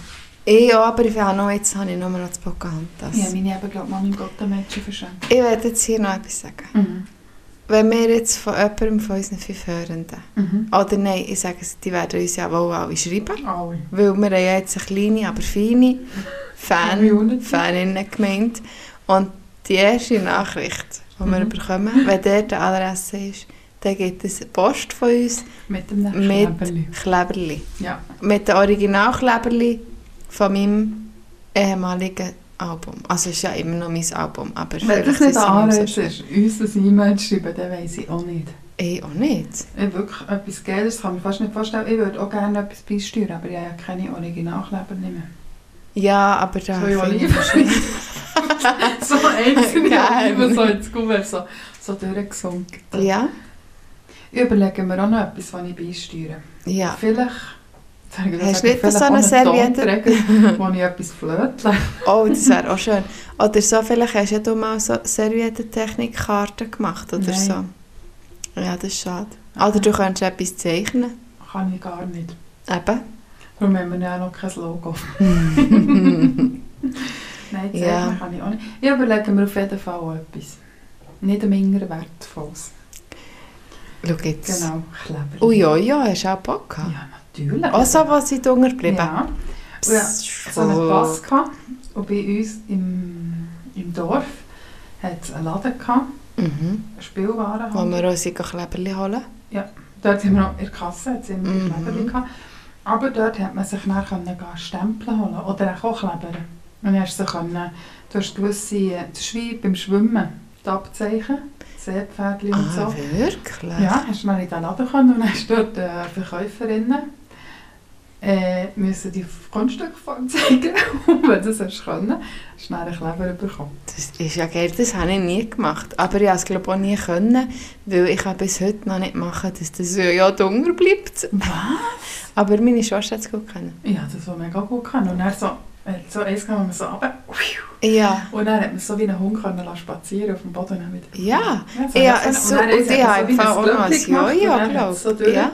Ich auch, aber ich habe noch jetzt habe ich nur noch das Pocahontas.
Ich habe meine eben, glaube ich, meinem Gott den Menschen verschenkt. Mhm.
Ich werde jetzt hier noch etwas sagen. wenn wir jetzt von jemandem von unseren fünf Hörenden,
Mhm.
oder nein, ich sage es, die werden uns ja wohl alle schreiben,
Alle.
weil wir haben ja jetzt eine kleine, aber feine Fan,
Community.
Faninnen gemeint. Und die erste Nachricht, die wir
Mhm.
bekommen, wenn der die Adresse ist, dann gibt es Post von uns,
Mit dem nächsten
Mit-
Leberli.
Kleberli.
Ja.
Mit den Originalkleberli von meinem ehemaligen Album. Also es ist ja immer noch mein Album, aber
Wenn das
vielleicht
nicht
ist es
ein
nicht mehr
Anreiz ist, uns ein E-Mail zu schreiben, dann weiss ich auch nicht.
so- Ich Eh, auch nicht.
Ich wirklich etwas Geiles kann ich mir fast nicht vorstellen. Ich würde auch gerne etwas beisteuern, aber ich habe ja keine Originalkleber nicht mehr.
Ja, aber da
So ja
finde ich
Oliven.
wahrscheinlich-
so einzelne
Gerne.
Oliven, so ins Gouverne, so, so durchgesunken.
Ja,
Ich überlege mir auch noch etwas, was ich beisteuere.
ja.
Vielleicht... Sagen wir
Hast
sagen,
nicht noch so
vielleicht
eine
auch
Serviette?
Tonträger, wo ich etwas flöte.
Oh, das wäre auch schön. Oder so, vielleicht hast ja du mal so Serviettentechnikkarten gemacht oder
Nein.
so. Ja, das ist schade. Oder Also du könntest etwas zeichnen.
Kann ich gar nicht.
Eben.
Darum haben wir ja noch kein Logo. Nein, zeigen
Ja.
kann ich auch nicht. Ich überlege mir auf jeden Fall auch etwas. Nicht um ein minder wertvolles.
Schau jetzt.
Genau, Kleber.
Ui, ui, ja, hast du auch Bock gehabt?
Ja, natürlich.
Auch so, was sind drunter geblieben?
Ja, Oh ja, so einen Pass gehabt. Und bei uns im, im Dorf hat es einen Laden gehabt,
Mhm.
einen
Wo
Spielwarenhandel.
wir uns ein Kleberli holen.
Dort haben wir noch in der Kasse hat's immer
Mhm.
Kleber gehabt. Aber dort hat man sich dann können gehen Stempel holen oder auch Kleber. Und dann hast du, so können, du hast gewisse, äh, das wie beim Schwimmen, die Abzeichen, Seepferdchen und so.
Ah, wirklich?
Ja, hast du mal in den Laden gekommen und hast dort äh, Verkäuferinnen äh, müssen die Grundstücke vorzeigen. Und wenn du das hast können, hast du dann einen Kleber bekommen.
Das ist ja geil, das habe ich nie gemacht. Aber ich habe es glaube ich, auch nie können, weil ich kann bis heute noch nicht machen, dass das äh, ja drunter bleibt.
Was?
Aber meine Schwester hat es gut können.
Ja, das war mega gut. Gehabt. Und dann so, äh, so eins gegangen, wo man so runter.
Ja.
Und dann hat man so wie einen Hund können lassen spazieren auf dem Boden. Und dann wieder.
Ja,
so
Ja,
hat man-
so-
dann hat
und
man
ich
so
habe
wie ein
einfach auch noch ein
Glöckchen gemacht
Jojo,
und dann hat es so
glaub ich.
durch.
Ja.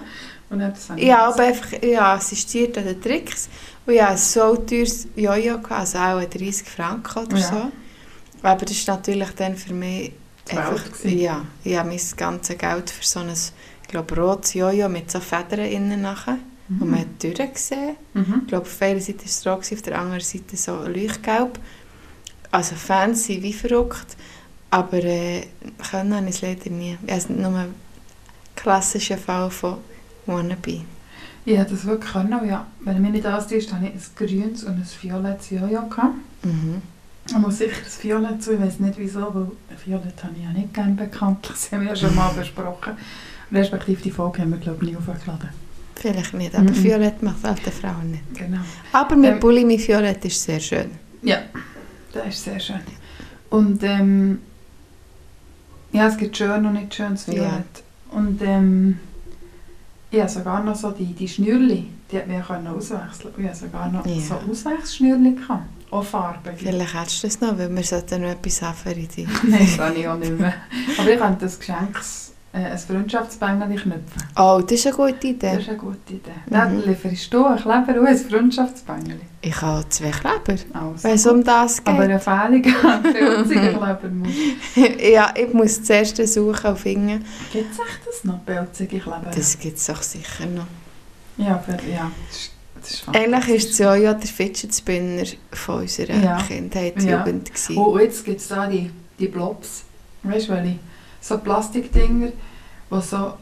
Und dann hat es dann
Ich habe aber einfach ja, assistiert an den Tricks. Und ich hatte so teures Jojo, gehabt, also auch 30 Franken oder
Ja.
so. Aber das ist natürlich dann für mich
die Welt gewesen.
ja, ich habe mein ganzes Geld für so ein, ich glaube, rotes Jojo mit so Federn innen nachher. Und man
Mhm.
hat die Türen gesehen.
Mhm.
Ich glaube, auf einer Seite war es rot, auf der anderen Seite so leuchtgelb. Also fancy wie verrückt. Aber äh, können habe ich es leider nie. Ich habe nur einen klassischen Fall von Wannabe.
Ich hätte das wirklich können. Und Ja, wenn mir nicht alles ist, habe ich ein grünes und ein violettes Jojo gehabt.
Mhm.
Man muss sicher das Violett zu, ich weiß nicht wieso, weil Violett habe ich ja nicht gerne bekannt, das haben wir ja schon mal besprochen. Respektive die Folge haben wir glaube ich nie aufgeladen.
Vielleicht nicht, aber
Mhm.
Violett macht alte Frauen nicht.
Genau.
Aber mit
Ähm.
Bulli mit Violett ist sehr schön.
Das ist sehr schön. Und ähm, ja, es gibt schön und nicht schönes Violett. Und ähm, ich habe sogar noch so die, die Schnürli, die hat mir können auswechseln. Ich habe sogar noch
Ja.
so Auswechselschnürli gehabt. Auch Farben.
Vielleicht hättest du das noch, weil wir sollten noch etwas haben für dich.
Nein, das habe ich auch nicht mehr. Aber ich könnte das Geschenks, äh, ein Freundschaftsbängel knüpfen.
Oh, das ist eine gute
Das
Idee.
ist eine gute Idee.
Mhm.
Dann lieferst du einen Kleber und ein Freundschaftsbängeli.
Ich habe zwei Kleber,
Also.
wenn es um das geht.
Aber eine fehlige pelzige Kleber muss.
ja, ich muss zuerst suchen und finden.
Gibt es echt das noch, pelzige Kleber?
Das gibt es doch sicher noch.
Ja, aber, ja, das ist, das ist
Eigentlich
fantastisch.
ist es ja, ja der Fidget Spinner von unserer
Ja.
Kindheit,
Ja. Oh,
Jugend gewesen.
Und jetzt gibt es da die, die Blobs. Weißt du, welche? So Plastikdinger, die so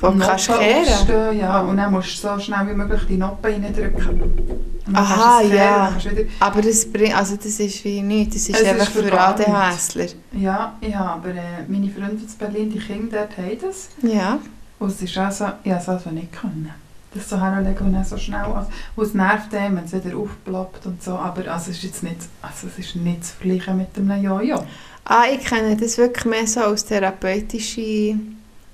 Wo du kannst
Noppen
kehren. Ah.
aufstehen, ja, und dann musst du so schnell wie möglich die Noppen reindrücken. Und dann
Aha,
kannst du es kehren,
ja.
dann kannst du wieder
Aber das, bringt, also das ist wie nichts, das ist
Es ist
einfach
für
für
gar nichts.
ADHSler.
Ja, ich habe aber äh, meine Freunde in Berlin, die Kinder dort haben das.
Ja,
Und es ist auch so, ich habe es also nicht können. Das so herlegen und dann so schnell. Also, und es nervt einem, wenn es wieder aufploppt und so. Aber also, es ist jetzt nicht, also, es ist nicht zu vergleichen mit einem Jojo.
ah, ich kenne das wirklich mehr so als therapeutische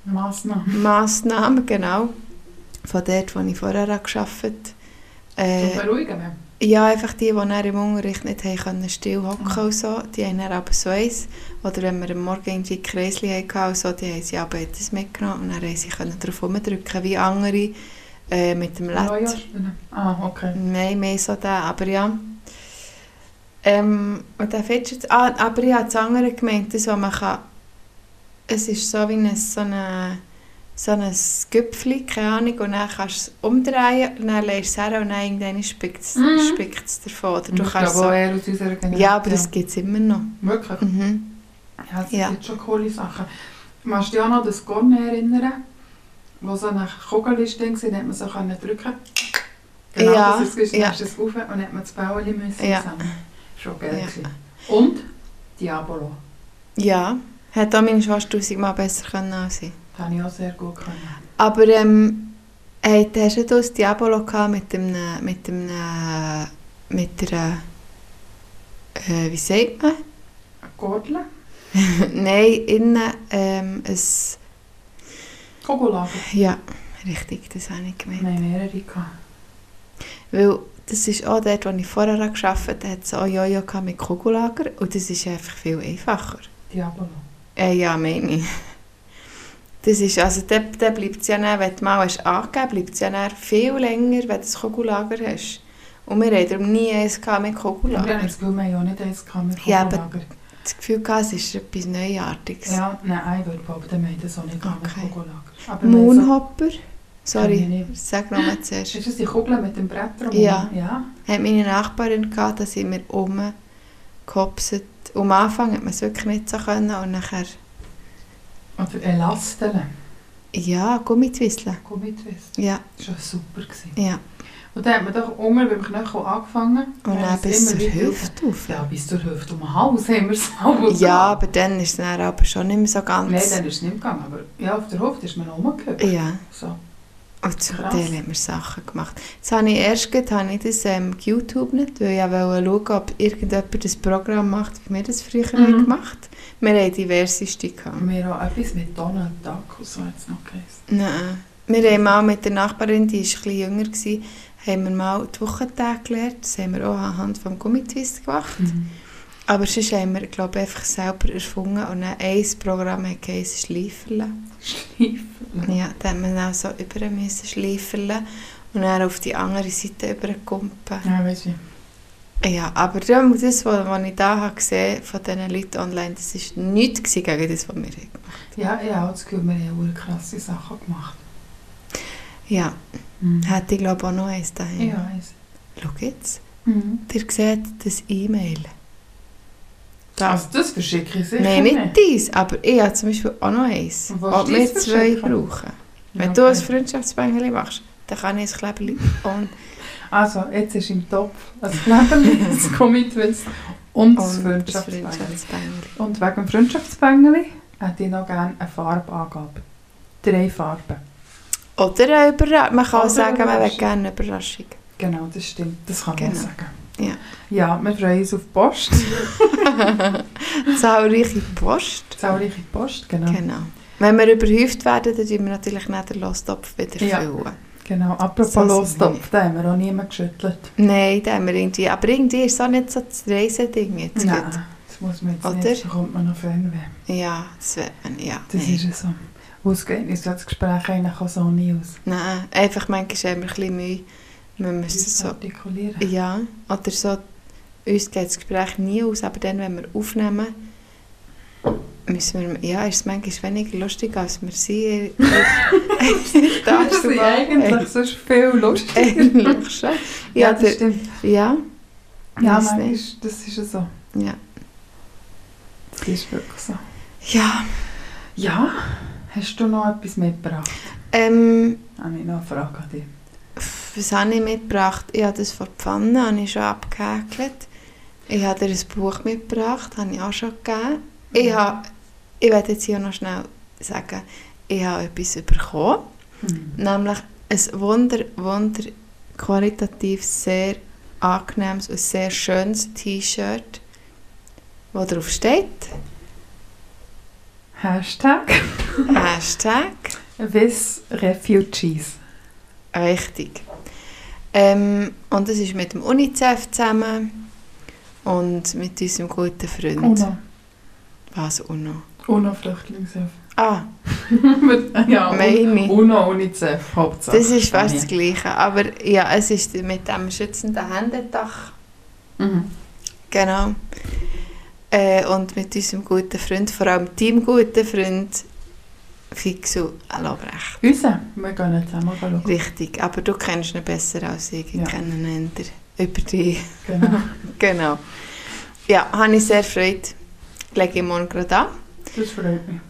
Massnahme.
Massnahmen, genau. Von dort, wo ich vorher gearbeitet habe.
Äh,
Äh,
Zu beruhigen.
Ja, einfach die, die dann im Unterricht nicht haben können, still hocken
Mhm.
und so, die haben dann aber so eins. Oder wenn wir am Morgen irgendwie Kräsli hatten und so, die haben sie aber etwas mitgenommen und dann haben sie können drauf rumdrücken, wie andere äh, mit dem
Jojo
Lett.
spielen. Ah, okay.
Nein, mehr so der, aber ja. Ähm, und der Fidget, ah, aber ich habe das andere gemeint, das, was man kann es ist so wie ein, so ein, so ein Gipfel, keine Ahnung, und dann kannst du es umdrehen und dann lässt du es her und dann irgendwann spickt es,
Mhm.
spickt es davon. Oder du
ich
kannst
glaube auch
so,
eher aus unserer Generation.
ja, aber das gibt es immer noch.
Wirklich?
Mhm.
Ja, das
Ja.
sind jetzt schon coole Sachen. Machst du dich auch noch an das Gorn erinnern? Wo so eine Kugel ist, Ding war, den hat man so können drücken Genau,
Ja,
das ist es. Dann
ja.
hast du es auf und dann hat man das Bäuerli müssen
Ja.
zusammen. Schon geil.
Ja.
gewesen. Und Diabolo.
ja, hätte auch meine Schwester tausendmal besser können als ich.
Das habe ich auch sehr gut können.
Aber ähm, hey, da hast du das Diabolo gehabt mit dem, äh, mit dem, äh, mit der, äh, wie sagt man?
Eine Gordel?
Nein, innen ähm, es,
Kugellager.
ja, richtig, das habe ich gemeint.
Wir haben mehrere gehabt.
Weil das ist auch dort, wo ich vorher gearbeitet habe, hat es auch Jojo gehabt mit Kugellager und das ist einfach viel einfacher.
Diabolo.
Äh, ja, meine ich. Das ist, also da, da bleibt es ja dann, wenn du mal hast angegeben bleibt es ja dann viel länger, wenn du ein Kugellager hast. Und wir haben darum nie eins gehabt mit
Wir haben
Kugellager.
das Gefühl, wir haben ja auch nicht eins gehabt mit
Ja, aber-
Kugellager.
Das Gefühl gehabt, es ist etwas Neuartiges.
Ja, nein, ich würde behaupten, wir haben das auch nicht gehabt mit
Okay.
Kugellager. Aber wir haben so-
Moonhopper?
Kenn
Sorry,
ich nicht.
sag nochmal zuerst.
Ist das die Kugel mit dem Brett drum?
Ja.
ja.
hat meine Nachbarin gehabt, da sind wir rumgehopset. Am Anfang hat man es wirklich nicht so können und nachher,
Oder Elastele.
ja, Gummizwisseln.
Gummidwist.
Ja,
Das war super. Gewesen.
ja.
Und dann hat man doch unten beim Knöchel angefangen.
Und dann
es
bis zur
immer weiter-
Hüfte rauf.
Ja, bis zur Hüfte. Um den Hals haben wir es auch
Ja, aber dann ist es dann aber schon nicht mehr so ganz...
Nein, dann ist es nicht gegangen. Aber ja, auf der Hüfte ist man rumgehüpft.
Ja,
So.
und zum
Krass.
Teil haben wir Sachen gemacht. Jetzt habe ich erst gerade, habe ich das ähm, YouTube nicht, weil ich auch wollte schauen, ob irgendjemand das Programm macht, wie wir das früher
Mhm.
haben gemacht Wir haben diverseste gehabt.
Und wir auch etwas mit Donald Duck und so hat es noch geheißen.
Nein. Wir haben mal mit der Nachbarin, die war etwas jünger, gewesen, haben wir mal die Wochentage gelernt. Das haben wir auch anhand des Gummitwist gemacht. Aber sonst haben wir, glaube ich, einfach selber erfunden. Und dann ein Programm hat geheißen Schleiferle.
Schleifen.
Ja, da haben wir dann so über müssen schleiferle und dann auf die andere Seite überkumpen.
Ja, weißt du.
Ja, aber das, was, was ich da habe gesehen von diesen Leuten online, das war nichts gewesen gegen das, was wir hatten.
Ja, ich habe auch das Gefühl, wir haben auch krasse Sachen gemacht.
Ja,
Mhm.
hätte ich, glaube ich, auch noch eins daheim.
Ich weiss.
Schau jetzt.
Mhm.
Ihr seht das E-Mail.
Also, das verschicke ich sicher
Nein, nicht dies, aber ich habe zum Beispiel auch noch eins.
Und willst
Was
du
wir
deins
zwei
verschicken?
brauchen. Wenn
Ja,
du ein
okay.
Freundschaftsbängeli machst, dann kann ich ein Kleberli und
Also, jetzt ist im Topf ein Kleberli, ein Commitwist und das
und ein
Freundschaftsbängeli.
Freundschaftsbängeli.
Und wegen dem Freundschaftsbängeli hätte ich noch gerne eine Farbangabe. Drei Farben.
Oder eine Überraschung. Man kann auch
Oder
sagen, man will
Überraschung.
gerne eine Überraschung.
Genau, das stimmt. Das kann man
Genau.
sagen.
Ja.
ja, wir freuen uns auf die Post.
Zahlreiche Post.
Zahlreiche Post, genau.
Genau. Wenn wir überhäuft werden, dann tun wir natürlich nicht den Lostopf wieder
Ja.
füllen.
genau. Apropos
So sind
Lostopf, da haben wir auch niemanden geschüttelt.
Nein, da haben wir irgendwie. Aber irgendwie ist es auch nicht so das Reiseding jetzt. gut.
Nein, das muss man jetzt
Oder?
nicht. Da kommt man noch Fernweh.
Ja, das wird man. Ja,
Das
nein.
ist ja so. Und es geht uns ja das Gespräch eigentlich auch so nie aus.
Nein, einfach manchmal haben wir ein bisschen Mühe. Wir müssen
Uns
so,
artikulieren.
ja, oder so, uns geht das Gespräch nie aus, aber dann, wenn wir aufnehmen, müssen wir, ja, ist es manchmal weniger lustig, als wir sind.
Das ist Also, eigentlich sonst viel lustiger.
Eigentlich schon. Ja,
das
der,
stimmt.
ja,
Ja,
Weiss
manchmal,
nicht.
das ist ja so.
ja.
Das ist wirklich so.
Ja,
Ja, hast du noch etwas mitgebracht?
ähm,
Habe ich noch eine Frage an dich.
pf, was habe ich mitgebracht? Ich habe das von der Pfanne habe ich schon abgehäkelt. Ich habe dir ein Buch mitgebracht, habe ich auch schon gegeben. Ich, habe, ich werde jetzt hier noch schnell sagen, ich habe etwas bekommen.
Hm.
Nämlich ein wunder, wunder qualitativ sehr angenehmes und sehr schönes T-Shirt, wo drauf steht.
Hashtag
Hashtag
Wiss Refugees.
richtig. Ähm, und es ist mit dem UNICEF zusammen und mit unserem guten Freund.
UNO.
Was UNO?
UNO-Flüchtlingshilfe.
Ah,
ja,
meine.
UNO, UNICEF, Hauptsache.
Das ist fast das
Dani.
Gleiche. Aber ja, es ist
Ah,
mit dem schützenden Händedach.
Mhm.
Genau. Äh, und mit unserem guten Freund, vor allem deinem guten Freund, Fixu Alobrecht.
Unser, wir gehen jetzt einmal schauen.
Richtig, aber du kennst ihn besser als ich. Ich
Ja.
kenne ihn eher über dich.
Genau.
Genau. Ja, habe ich sehr Freude. Lege ich morgen gerade an.
Das freut mich.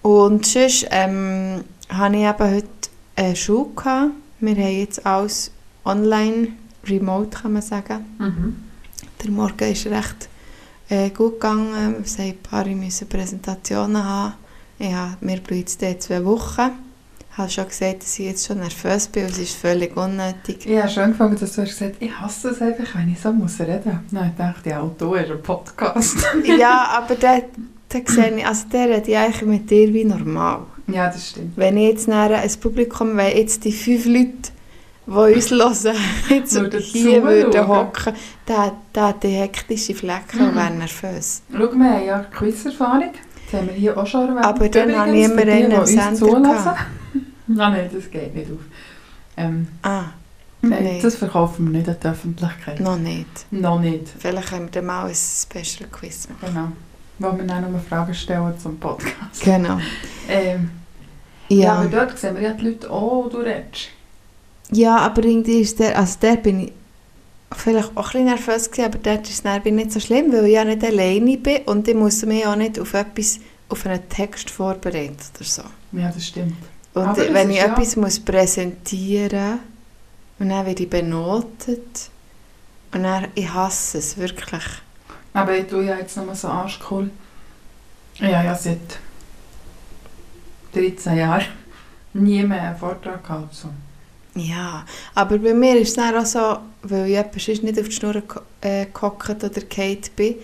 Und sonst ähm, hatte ich eben heute eine Schule. Gehabt. Wir haben jetzt alles online, remote kann man sagen.
Mhm.
Der Morgen ist recht äh, gut gegangen. Es haben ein paar müssen Präsentationen haben. Ja, mir bleibt es dort zwei Wochen. Ich habe schon gesagt, dass ich jetzt schon nervös bin. Es ist völlig unnötig.
Ich habe schon angefangen, dass du hast gesagt ich hasse es einfach, wenn ich so muss reden muss. Dann dachte ich, ja, und du hast einen Podcast.
ja, aber da, da sehe ich, also der rede ich eigentlich mit dir wie normal.
ja, das stimmt.
Wenn ich jetzt nachher ein Publikum, wenn jetzt die fünf Leute, die uns hören, jetzt
Würden
hier
zuschauen.
würden hocken, da, da die hektische Flecken und
Mhm.
wären nervös.
Schau, wir haben ja Quiz-Erfahrung. Das haben wir hier auch schon erwähnt.
Aber dann habe ich
Übrigens,
immer
für die,
einen
die
im
uns
Sender
zulassen.
gehabt.
Nein, nein, das geht nicht auf. Ähm,
Ah,
nein,
Nein.
das verkaufen wir nicht an die Öffentlichkeit.
noch nicht.
Noch nicht.
Vielleicht können wir dann mal ein Special Quiz machen.
Genau. Wo wir dann noch Fragen stellen zum Podcast.
Genau.
Ähm, ja,
Ja,
aber dort sehen wir ja die Leute, oh, du redest.
ja aber irgendwie ist der, also der bin ich vielleicht auch ein bisschen nervös gewesen, aber dort ist es bin nicht so schlimm, weil ich ja nicht alleine bin und ich muss mich auch nicht auf etwas, auf einen Text vorbereiten oder so.
Ja, das stimmt.
Und
Aber das
wenn
ist
ich
ja-
etwas muss präsentieren und dann werde ich benotet und dann, ich hasse es wirklich.
Aber ich tue ja jetzt nochmal so arschcool. Ja, ja, seit 13 Jahren nie mehr einen Vortrag gehabt. So.
Ja, aber bei mir ist es dann auch so, weil ich etwas sonst nicht auf die Schnur gehockt äh, gehockt oder gefallen bin.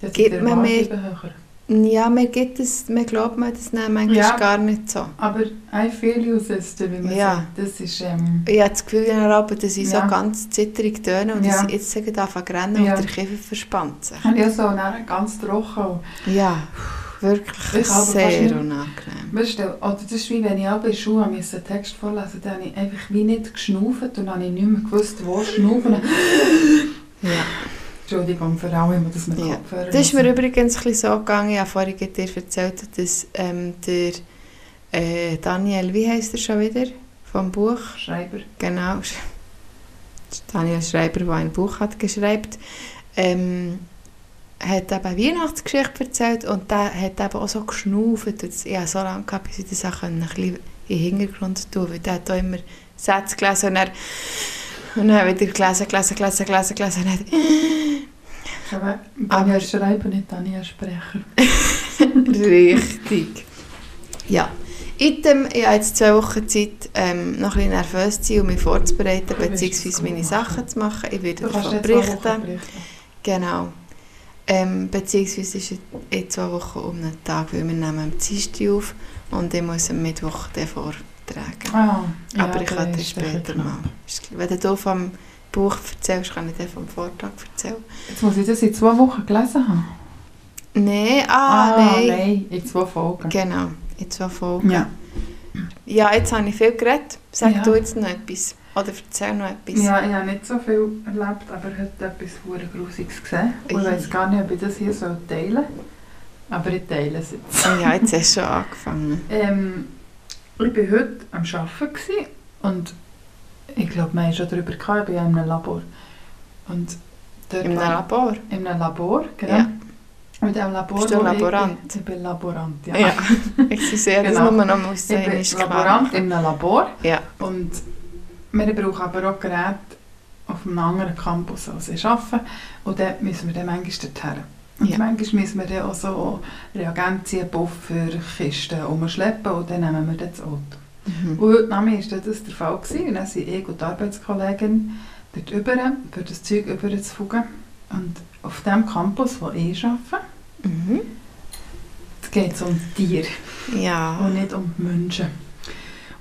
Jetzt
Gibt
sind die
man mehr-
Erwartungen höher.
Ja, mir gibt es, mir glaubt man das dann manchmal
Ja.
gar nicht so.
Aber I feel you, Sister, wie man
Ja.
sagt. Das ist, ähm,
Ich habe das Gefühl, in der Arbeit, dass ich
Ja.
so ganz zitterig töne und
Ja.
dass ich jetzt sagen darf, ich rennen
Ja.
und der Kiefer verspannt sich.
und ich so nachher ganz trocken. und
Ja,
Ich
wirklich
habe fast nicht-
sehr unangenehm.
Weißt du, oder das ist wie wenn ich auch in Schuhe musste einen Text vorlesen musste, dann habe ich einfach wie nicht geschnauft und dann habe ich nicht mehr gewusst, wo schnaufen.
Ja.
Entschuldigung für alle, die das mit
Ja.
Kopfhörern
Das ist mir
hören.
übrigens ein bisschen so gegangen. Ich habe vorhin dir erzählt, dass ähm, der äh, Daniel, wie heißt er schon wieder? Vom Buch.
Schreiber.
Genau. Sch- Daniel Schreiber, der ein Buch hat geschrieben, ähm, hat eben Weihnachtsgeschichte erzählt und der hat eben auch so geschnauft. Und Ich habe so lange gehabt, bis ich das auch können, ein bisschen in den Hintergrund tun konnte, weil der hat auch immer Sätze gelesen und er und dann wieder gelesen, gelesen, gelesen, gelesen, gelesen. Und dann-
Aber
Aber-
Daniel Schreiber, nicht Daniel Sprecher.
Richtig. Ja. Item, ich habe jetzt zwei Wochen Zeit, ähm, noch ein bisschen nervös zu sein und mich vorzubereiten,
Du wirst es gut
beziehungsweise meine
machen.
Sachen zu machen. Ich werde
Du kannst
davon
jetzt mal Wochen
berichten.
berichten.
Genau. Ähm, beziehungsweise ist es in zwei Wochen um einen Tag, weil wir nehmen am Dienstag auf und ich muss am Mittwoch den vortragen.
Ah, ja,
Aber ich
dann
kann das
ist es ein
später
bisschen
mal.
knapp.
Ist- Wenn du vom Buch erzählst, kann ich dir vom Vortrag erzählen.
Jetzt muss ich das in zwei Wochen gelesen haben.
Nein, ah, nein.
in zwei Folgen.
Genau, in zwei Folgen.
Ja.
Ja, jetzt habe ich viel geredet. Sag
Ja.
du jetzt noch etwas. Oder erzähl noch etwas.
ja, ich habe nicht so viel erlebt, aber heute etwas hure Grusiges gesehen. Und ich
Ei.
weiß gar nicht, ob ich das hier so teilen soll. Aber ich teile es jetzt.
Ah ja, jetzt hast du schon angefangen.
Ähm, ich war heute am Arbeiten gewesen und ich glaube, wir haben schon darüber gehabt, ich bin ja in einem Labor. Und dort
Im
war-
Labor.
In einem Labor, genau.
Ja.
Mit einem Labor.
Bist du
wo ich-
Laborant?
Ich, ich bin Laborant, ja.
Ja. Ich sehe sehr,
Genau.
dass man noch muss
Ich
sein
bin
ist klar.
Laborant in einem Labor.
Ja.
Und wir brauchen aber auch Geräte auf einem anderen Campus, als ich arbeite. Und dort müssen wir dann manchmal dorthin. Und
Ja.
manchmal müssen wir dann auch so Reagenzien, Buffer, Kisten umschleppen und dann nehmen wir dann das Auto.
Mhm.
Und heute Namen war das der Fall. Gewesen. Und dann sind ich und die Arbeitskollegin dort rüber, für das Zeug rüberzufugen. Und auf dem Campus, wo ich arbeite,
Mhm.
geht es um Tiere
Ja.
und nicht um die Menschen.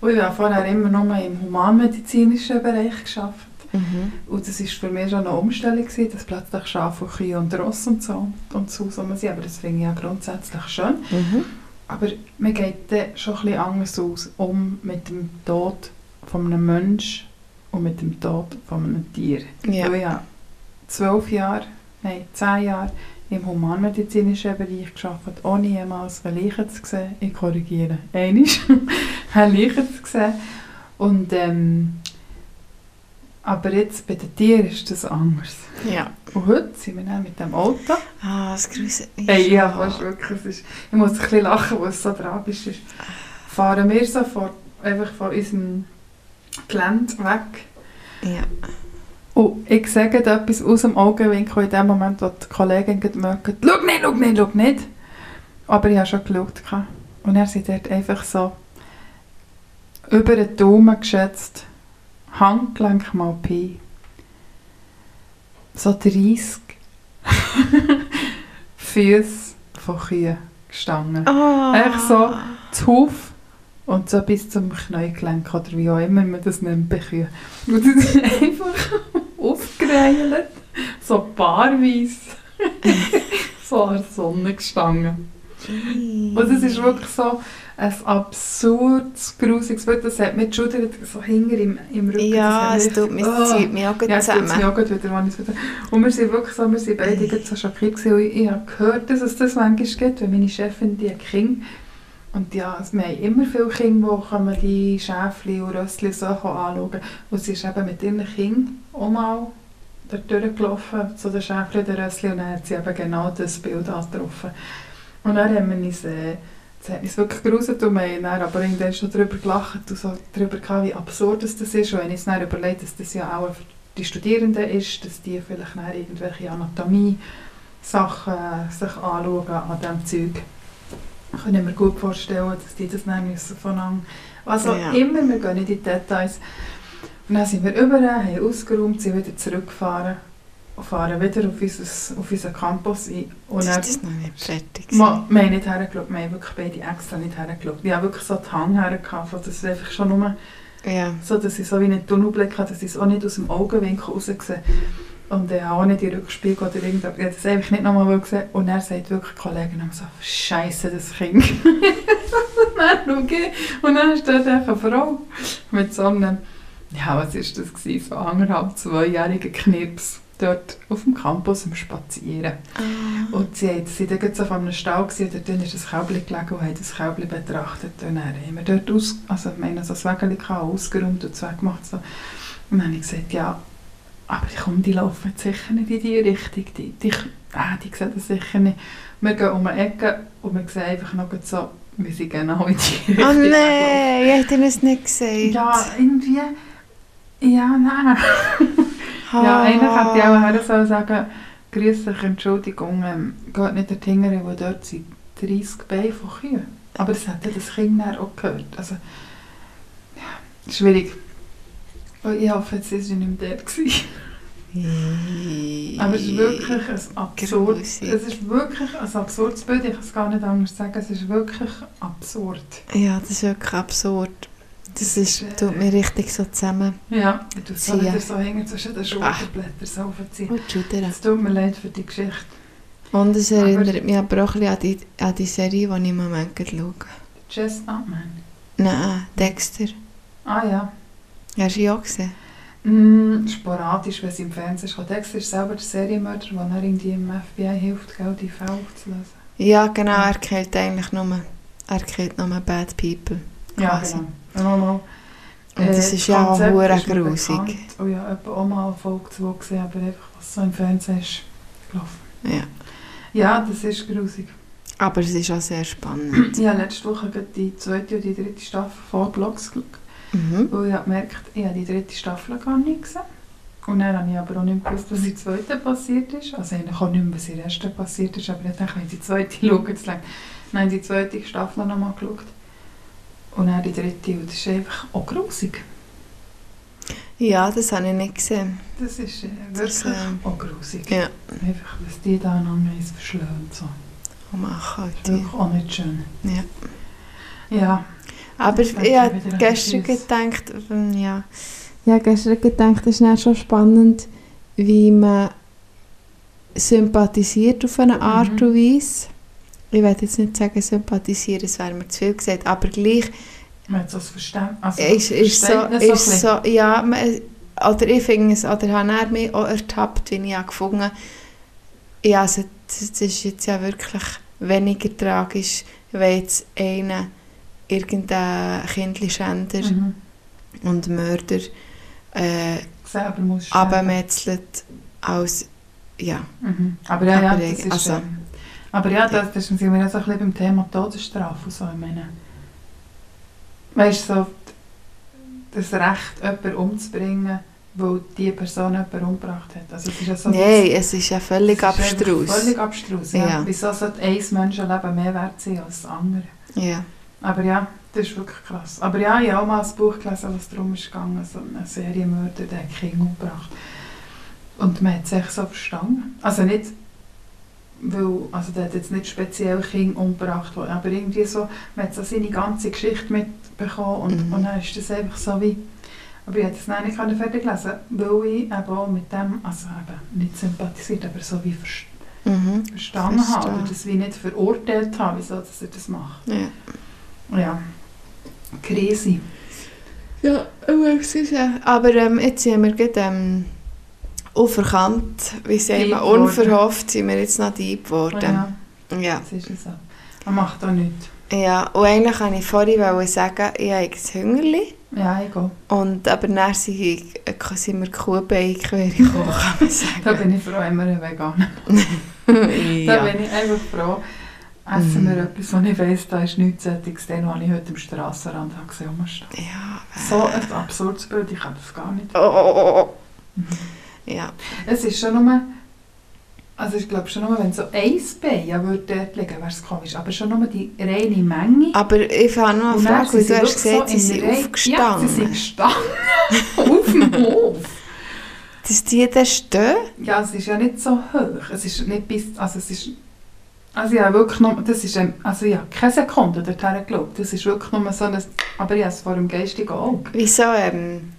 Und ich habe vorher immer nur im humanmedizinischen Bereich geschafft.
Mhm.
Und das war für mich schon eine Umstellung, gewesen, dass plötzlich Schafe und Kühe und Ross und so und so zusammen sind. Aber das finde ich ja grundsätzlich schön.
Mhm.
Aber man geht dann schon ein bisschen anders aus, um mit dem Tod von einem Menschen und mit dem Tod von einem Tier.
Ja.
Weil ich habe zwölf Jahre, nein, zehn Jahre im humanmedizinischen Bereich gearbeitet, ohne jemals eine Leiche zu sehen. Ich korrigiere, einmal eine Leiche zu sehen. Und, ähm, aber jetzt bei den Tieren ist das anders.
Ja.
Und heute sind wir dann mit dem Auto.
Ah, es gruselt mich.
Hey, ja,
schon.
fast wirklich. Es ist, ich muss ein bisschen lachen, weil es so tragisch ist. Fahren wir sofort einfach von unserem Gelände weg.
Ja.
Und Oh, ich sage etwas aus dem Augenwinkel in dem Moment, wo die Kollegin gerade merkt, schau nicht, schau nicht, schau nicht. Aber ich habe schon geschaut. gehabt. Und er sind dort einfach so über den Daumen geschätzt, Handgelenk mal Pi. So 30 Füße von Kühen gestanden.
Ah.
Echt so. zu Hof und so bis zum Knäugelenk oder wie auch immer man das nennt bei Kühen. Und das ist einfach aufgereilt, so paarweise, so an der Sonne gestanden. Und es ist wirklich so ein absurdes, grusiges Bild, das hat mir die Schulter so hinter im, im Rücken.
Ja,
das
es
hat
tut mich, es zieht mich auch
Oh. ja,
gut
es tut
zusammen.
mir auch gut wieder, wenn ich es wieder... Und wir sind wirklich so, wir sind beide gerade so schockiert gewesen. Und ich, ich habe gehört, dass es das manchmal gibt, weil meine Chefin, die hat Kinder. Und ja, es- wir haben immer viele Kinder, die kommen, die Schäfchen und Rösschen und so anschauen. Und sie ist eben mit ihren Kindern auch mal dort durchgelaufen, zu den Schäfchen und den Rösschen. Und dann hat sie eben genau das Bild angetroffen. Und dann haben wir uns... Äh, es hat mich wirklich geruset und wir haben dann aber irgendwann schon darüber gelacht und so darüber gehabt, wie absurd das das ist. Und wenn ich es dann überlege, dass das ja auch für die Studierenden ist, dass die vielleicht dann irgendwelche Anatomie-Sachen sich anschauen an diesem Zeug. Ich kann mir gut vorstellen, dass die das dann müssen voneinander... Was auch
Ja.
immer, wir gehen nicht in die Details. Und dann sind wir über, haben ausgeräumt, sind wieder zurückgefahren und fahren wieder auf, unser, auf unseren Campus ein. Und
Jetzt
dann-
ist das noch nicht fertig.
Ma, wir haben nicht hergeschaut, wir haben wirklich beide extra nicht hergeschaut. Ich habe wirklich so die Hang hergehabt, dass es einfach schon nur
Ja.
so, dass ich so wie einen Tunnelblick hatte, dass ich es auch nicht aus dem Augenwinkel raus sehe. Und ich habe auch nicht die Rückspiegel oder irgendwas, ich habe das einfach nicht nochmal gesehen. Und er sagt wirklich die Kollegen immer so, «Scheisse, das Kind!» Und dann schaue ich, und dann steht da eine Frau mit so einem, ja, was ist das gewesen, so anderthalb, zweijährigen Knirps dort auf dem Campus am Spazieren.
Ah.
Und sie hat- sie waren dann so auf einem Stall gewesen, und dort ist das Kälbchen gelegen und hat das Kälbchen betrachtet. Und dann haben wir dort aus, also ich meine, so das Wägelchen gehabt, ausgeräumt und weggemacht. So. Und dann habe ich gesagt, ja, aber ich komme, die laufen jetzt sicher nicht in die Richtung. Die, die, ah, die sehen das sicher nicht. Wir gehen um eine Ecke und wir sehen einfach noch gerade so, wir sind genau in die Richtung.
Oh nein, ich hätte es nicht gesehen.
Ja, irgendwie, ja, nein.
Ah.
Ja, eigentlich hätte ich auch her sollen sagen «Grüß dich, Entschuldigung, ähm, geht nicht dort hinten, wo dort sind 30 Beine von Kühen.» Aber das hätte das Kind dann auch gehört. Also, ja, schwierig. Und ich hoffe, jetzt war sie nicht mehr dort. gewesen.
auch.
Aber es ist wirklich ein absurdes,
Grusig.
es ist wirklich ein absurdes Bild. Ich kann es gar nicht anders sagen. Es ist wirklich absurd.
Ja, das ist wirklich absurd. Das
Das ist,
ist,
äh,
tut mir richtig so zusammen.
Ja, ich tue es so
Sie,
wieder
ja.
so hängen zwischen den Schulterblättern so aufziehen.
Und schudern.
Es tut mir leid für die Geschichte.
Und es
Aber-
erinnert mich aber auch ein bisschen an die, an die Serie, die ich im Moment gerade schaue.
Chestnutman.
Nein, Dexter.
Ah ja.
Hast du ihn auch gesehen?
Mm, sporadisch, wenn es im Fernsehen ist. Dex ist selber der Serienmörder, der dann irgendwie im FBI hilft, gell, die Fälle zu lösen.
Ja, genau, er kennt eigentlich nur, er kennt nur Bad People. Quasi.
genau. Wenn man mal,
Und
äh,
das ist ja auch
Konzept
hure
ist mir
grusig.
bekannt. Oh ja, etwa auch mal eine Folge zu gesehen, aber einfach, was so im Fernsehen ist, gelaufen.
Ja.
Ja, das ist grusig.
Aber es ist auch sehr spannend.
Ich habe letzte Woche gerade die zweite und die dritte Staffel von Blogs geschaut.
mhm.
Weil ich habe gemerkt, ich habe die dritte Staffel gar nicht gesehen. Und dann habe ich aber auch nicht gewusst, was in der zweiten passiert ist. Also eigentlich auch nicht mehr, was in der ersten passiert ist. Aber ich dachte, wenn ich die zweite schaue, es reicht. Dann habe ich die zweite Staffel nochmal geschaut. Und dann die dritte. Und das ist einfach auch grusig.
Ja, das habe ich nicht gesehen.
Das ist äh,
Das,
wirklich
äh,
auch grusig.
ja.
Einfach, was die da aneinander ist verschlönt. So.
Oh, machen
Das ist wirklich auch nicht schön.
Ja.
Ja.
Aber ich
Jetzt denke
habe
wieder an
gestern
Tschüss.
gedacht, ähm, ja. Ja, gestern gedacht, es ist dann schon spannend, wie man sympathisiert auf eine Art
Mhm.
und Weise. Ich will jetzt nicht sagen sympathisieren, das wäre mir zu viel gesagt, aber gleich
Man hat so das Verständnis. Also,
ist, ist so,
Verständnis ein
ist
bisschen.
so, ja, man, oder ich finde es, oder habe er mich auch ertappt, wenn ich habe gefunden ja, also, das, das ist jetzt ja wirklich weniger tragisch, wenn jetzt einer irgendein Kindleschänder
Mhm.
und Mörder äh,
Selber musst du
abmetzelt als, ja,
Mhm. Aber ja, ja,
Aber
das ist...
also-
ähm, aber ja, das, das sind wir ja so ein bisschen beim Thema Todesstrafe und so. Ich meine, weißt du, so das Recht, jemanden umzubringen, weil diese Person jemanden umgebracht hat. Also es ist ja so...
nein, es ist ja
es
völlig
ist einfach
abstrus.
Völlig abstrus, ja.
Ja.
Wieso sollte ein Menschenleben mehr wert sein als das andere?
Ja.
Aber ja, das ist wirklich krass. Aber ja, ich habe auch mal ein Buch gelesen, was darum ist gegangen, so eine Serienmörder, der hat Kinder umgebracht. Und man hat es echt so verstanden. Also nicht, weil, also der hat jetzt nicht speziell Kinder umgebracht, wo- aber irgendwie so, man hat so seine ganze Geschichte mitbekommen und,
Mhm.
und dann ist das einfach so wie, aber ich konnte es dann nicht können fertig lesen, weil ich eben auch mit dem, also eben nicht sympathisiert, aber so wie ver-
Mhm.
verstanden habe oder
Verstehe.
das wie nicht verurteilt habe, wieso dass er das macht.
Ja.
Ja. Krise.
Ja,
oh,
es ist ja. Aber ähm, jetzt sind wir gerade ähm, unverkannt, wie sagen
Dieb
wir,
worden.
unverhofft sind wir jetzt noch deep geworden.
Oh Ja,
Ja. ja.
das ist es so. Man macht auch nichts.
und eigentlich wollte ich vorhin sagen, ich habe jetzt Hungerli.
Ja, ich gehe.
Und, aber dann sind ich- äh, sind wir Kuhbeik gekommen, kann man
Da
sagen.
bin ich froh, immer ein Veganer. Da
ja.
bin ich einfach froh. Essen wir
Mhm.
etwas, was ich weiss, da ist nichts Sättiges, den, was ich heute am Strassenrand habe gesehen habe.
ja.
So ein absurdes Bild, ich kann das gar nicht.
Oh, oh, oh, oh.
Mhm.
Ja.
Es ist schon nur... Also ich glaube schon nur, wenn so ein Bein ja, würde dort liegen, wäre es komisch. Aber schon nur die reine Menge.
Aber ich habe noch eine
Und dann
Frage, weil
sind
du Ah,
wirklich
hast gesagt, sie
in
sind
der Reihe- Ja, sie sind
aufgestanden.
gestanden. Auf dem Hof.
Dass die da stehen?
Ja, es ist ja nicht so hoch. Es ist nicht bis, also es ist, also ja wirklich nur, das ist, ähm, also ja, keine Sekunde dorthin geschaut. Das ist wirklich nur so ein, aber ja, es vor dem geistigen Auge.
Wieso ähm,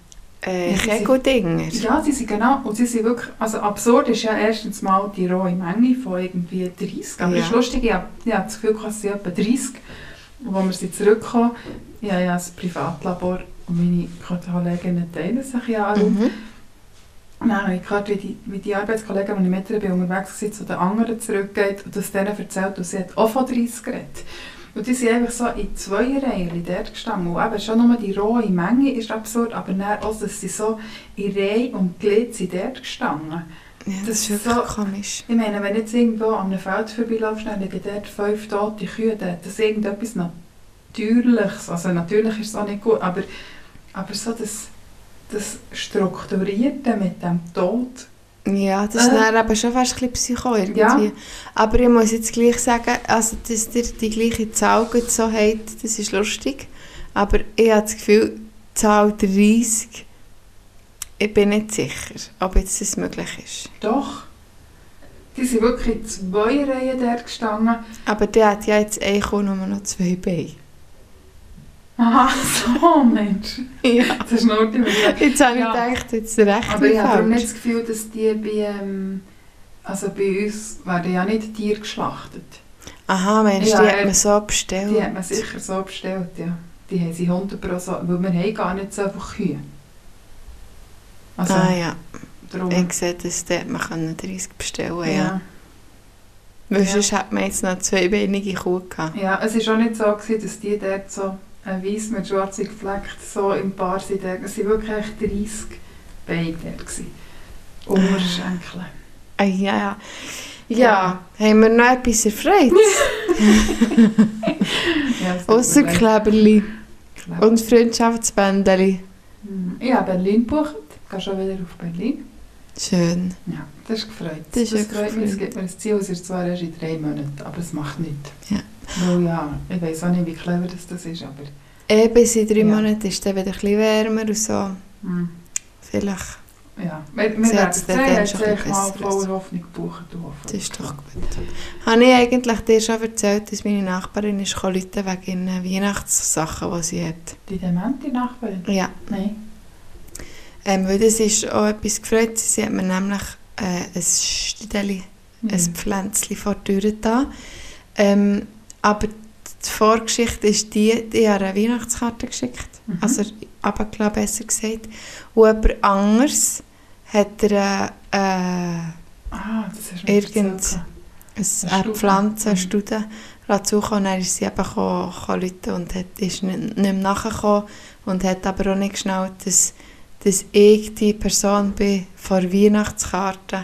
äh,
Ja, sie-
Kegeldinger?
Ja, sie sind genau, und sie sind wirklich, also absurd ist ja erstens mal die rohe Menge von irgendwie 30, aber
Ja.
das ist lustig, ich habe, ich habe das Gefühl, gehabt, es sind etwa 30, und als wir sie zurückkommen, ich habe ja ein Privatlabor und meine Kolleginnen teilen sich ja auch.
Mhm.
Nein, habe ich gehört, wie die, wie die Arbeitskollegen, die ich mit ihr bin, unterwegs sind, zu den anderen zurückgeht und das denen erzählt, und sie hat auch von 30 geredet. Und die sind einfach so in zwei Reihen dort gestanden. Und eben schon nur die rohe Menge ist absurd, aber dann auch, dass sie so in Reihe und Glied sind dort gestanden.
Ja, das,
Das
ist
ist
wirklich
so-
komisch.
Ich meine, wenn jetzt irgendwo an einem Feld vorbeilaufst, dann liegen dort fünf tote Kühe, dann hat das irgendetwas Natürliches. Also natürlich ist es auch nicht gut, aber, aber so das, das Strukturierte mit dem Tod,
Ja, das ist
Äh.
dann eben schon fast ein bisschen Psycho irgendwie.
Ja.
Aber ich muss jetzt gleich sagen, also, dass ihr die gleiche Zahl gerade so habt, das ist lustig. Aber ich habe das Gefühl, die Zahl 30, ich bin nicht sicher, ob jetzt das möglich ist.
Doch. Die sind wirklich in zwei Reihen dort gestanden.
Aber der hat Ah, ja jetzt eigentlich auch nur noch zwei Beine.
Aha, so, Mensch.
Ja.
Das ist nur die Möglichkeit.
Jetzt habe ich
Ja.
gedacht, jetzt recht
Aber ich
wie
habe darum
falsch.
nicht das Gefühl, dass die bei, ähm, also bei uns werden ja nicht Tiere geschlachtet.
Aha, Mensch,
Ja,
die hat
er-
man so
Die hat
bestellt.
man sicher so bestellt, ja. Die haben sie 100 pro so, weil wir haben gar nicht so einfach Kühe. Also,
ah ja,
darum.
ich sehe, dass dort man kann 30 bestellen kann. Ja.
ja.
Weil
Ja.
sonst hätte man jetzt noch zwei wenige Kuh gehabt.
Ja, es war auch nicht so, gewesen, dass die dort so äh, weiß mit schwarzen gefleckt so im Paar sind. dort. Es waren wirklich echt 30 Beine dort. gewesen. Unterschenkel.
Ah, ja, ja. Ja, nou haben wir noch etwas erfreut?
Ja, es tut mir
Ausser
leid.
Kleberli
Kleber.
und Freundschaftsbändeli.
Hm, Ich habe Berlin gebucht. Ich gehe schon wieder auf Berlin.
Schön.
Ja, das ist gefreut.
Das ist
das
wirklich
freut mich. Es
gefreut.
gibt mir ein Ziel, es ist zwar erst in drei Monaten, aber es macht nichts.
Ja.
Weil ja, ich weiß auch nicht, wie clever das, das ist, aber...
Eben, seit drei
Ja.
Monaten ist es dann wieder ein bisschen wärmer und so.
Hm.
Vielleicht,
Ja, wir, wir
Sie
werden
hat's
es
dort
sehen,
dann
jetzt
schon
habe
ein
ich
bisschen
mal
besseres.
voller Hoffnung gebucht. und hoffe,
das
es
ist doch
klappt.
gut. Habe ich eigentlich dir schon erzählt, dass meine Nachbarin ist gekommen, Leute wegen ihren Weihnachtssachen, die sie hat?
Die demente Nachbarin?
Ja.
Nein.
Ähm, weil das ist auch etwas gefreut. Sie hat mir nämlich äh, ein Stideli
Mhm.
ein Pflänzchen vor die Tür da. Ähm, aber die Vorgeschichte ist die, die hat eine Weihnachtskarte geschickt.
Mhm.
Also Abendklar besser gesagt. Und jemand anderes hat ihr äh,
Ah, das hast du
Irgend-
erzählt.
Es-
Eine
Eine
Studie.
Pflanze, eine
Mhm.
Studie dazu und dann ist sie eben gekommen- gekommen Leuten und hat, ist nicht, nicht mehr nachgekommen und hat aber auch nicht geschnallt, dass, dass ich die Person bin von der Weihnachtskarte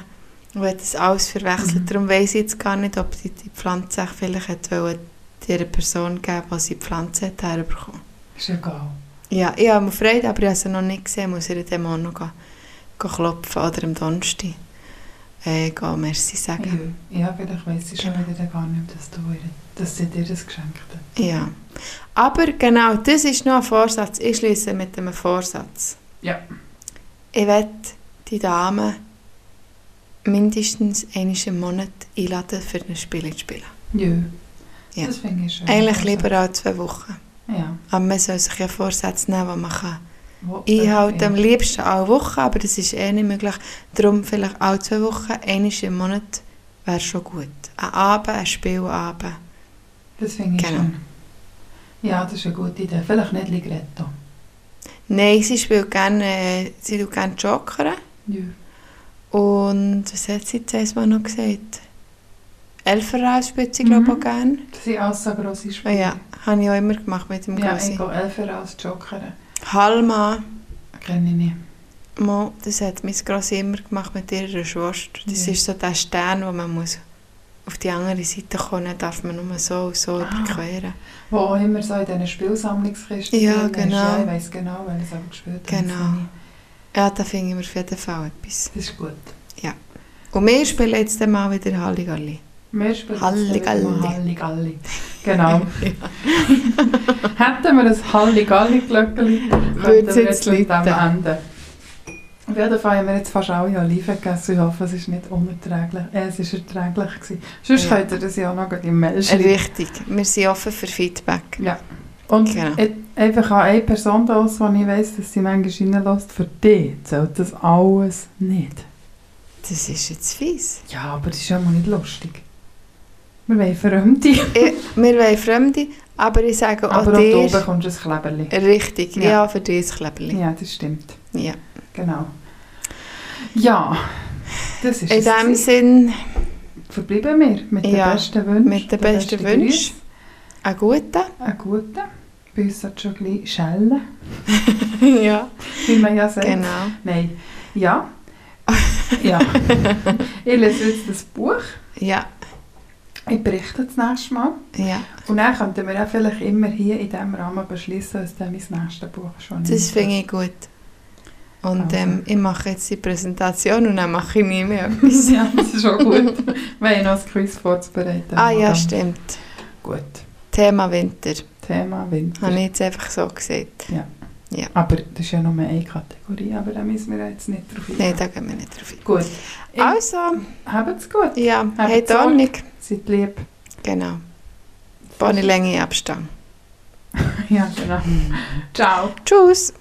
und hat das alles verwechselt.
Mhm.
Darum weiss ich jetzt gar nicht, ob die, die Pflanze echt vielleicht hat wollen, dieser Person geben die sie die Pflanze hat herbekommen.
Ist egal.
Ja, ich habe mir Freude, aber ich habe sie noch nicht gesehen. Ich muss ihr dem auch noch gehen, gehen klopfen oder am Donnerstag äh, gehen Merci sagen.
Ja, ja, vielleicht weiss sie schon wieder gar nicht, dass, du ihr, dass sie dir das geschenkt hat.
Ja. Aber genau, das ist noch ein Vorsatz. Ich schließe mit einem Vorsatz.
Ja.
Ich werde die Dame mindestens einmal im Monat einladen, für ein Spiel zu spielen.
Ja.
Ja.
Das finde ich schön.
Eigentlich
Also,
lieber als zwei Wochen.
Ja.
Aber man soll sich ja Vorsätze nehmen, die man kann.
Wo-
Ich halt halte
Ja.
am liebsten alle Wochen, aber das ist eh nicht möglich. Darum vielleicht alle zwei Wochen, einmal im Monat, wäre schon gut. Ein Abend, ein Spielabend.
Das finde ich
Genau.
schön. Ja, das ist eine gute Idee. Vielleicht nicht Ligretto.
Nein, sie spielt gerne, äh, sie tut gerne Jokern.
Ja.
Und was hat sie jetzt erstmal noch gesagt? Elferhaus spielt sie, glaube ich,
Mhm.
auch gerne.
Das sind alles so grosse
Ah
Spiele.
ja, habe ich auch immer gemacht mit dem
Ja, ich
Grossi.
gehe Elfer als Joker.
Halma,
Kenne ich nicht.
mo, das hat mein Grossi immer gemacht mit ihrer Schwester. Das
Ja.
ist so der Stern, wo man muss auf die andere Seite kommen darf man nur so und so
Ah.
überqueren.
Wo auch immer so in diesen Spielsammlungskisten
Ja,
drin ist.
genau.
Ja, ich weiss genau, weil ich es auch gespielt habe.
Genau. Ja, da finden wir auf jeden Fall etwas.
Das ist gut.
Und wir spielen jetzt dann mal wieder Halligalli.
Wir spielen
Halligalli.
Halligalli. Genau. Hätten wir ein Halligalli-Glöckchen,
Würdet's
wir
jetzt
mit dem
läuten.
enden. Auf jeden Fall haben wir jetzt fast alle Oliven gegessen. Ich hoffe, es ist nicht unerträglich. Äh, es ist erträglich gewesen. Sonst
Ja. Äh,
könnt ihr das ja auch noch gleich im Mail schreiben.
Richtig, wir sind offen für Feedback.
Und
Genau.
et- einfach an eine Person da aus, die ich weiss, dass sie manchmal reinlässt, für die zählt das alles nicht.
Das ist jetzt fies.
Ja, aber das ist ja mal nicht lustig. Wir wollen Fremde.
ich, wir wollen Fremde, aber ich sage auch
Aber auch du
dir... Äh,
bekommst du ein Kleberli.
Richtig, ja,
Ja.
für dich ein Kleberli.
Ja, das stimmt.
Ja.
Genau. Ja, das ist
In
es.
dem
gewesen.
Sinn,
Verbleiben wir mit den
Ja,
besten Wünschen.
mit den besten Wünschen. einen guten.
Einen guten. Bei uns hat schon ein bisschen Schellen,
ja,
wie man ja sagt.
genau.
Nein. Ja. ja. ich lese jetzt das Buch.
Ja,
Ich berichte das nächste Mal.
ja.
Und dann könnten wir auch vielleicht immer hier in diesem Rahmen beschließen, dass dann mein nächstes Buch schon
Das finde ich gut. Und
Also.
ähm, ich mache jetzt die Präsentation und dann mache ich nie mehr etwas.
ich. ja, das ist auch gut. Wir haben noch ein Quiz vorzubereiten.
ah ja,
Madame.
stimmt.
Gut.
Thema Winter.
Thema
Habe
Winter.
ich jetzt einfach so gesagt.
Aber das ist ja nur eine Kategorie, aber da müssen wir jetzt nicht drauf
Nein, da gehen wir nicht drauf ein.
Gut. Ich-
Also,
Habt's gut.
ja, habt
Sorge.
Ordnung.
Seid lieb.
Genau. Bonne Länge Abstand.
Ja, genau. Ciao.
Tschüss.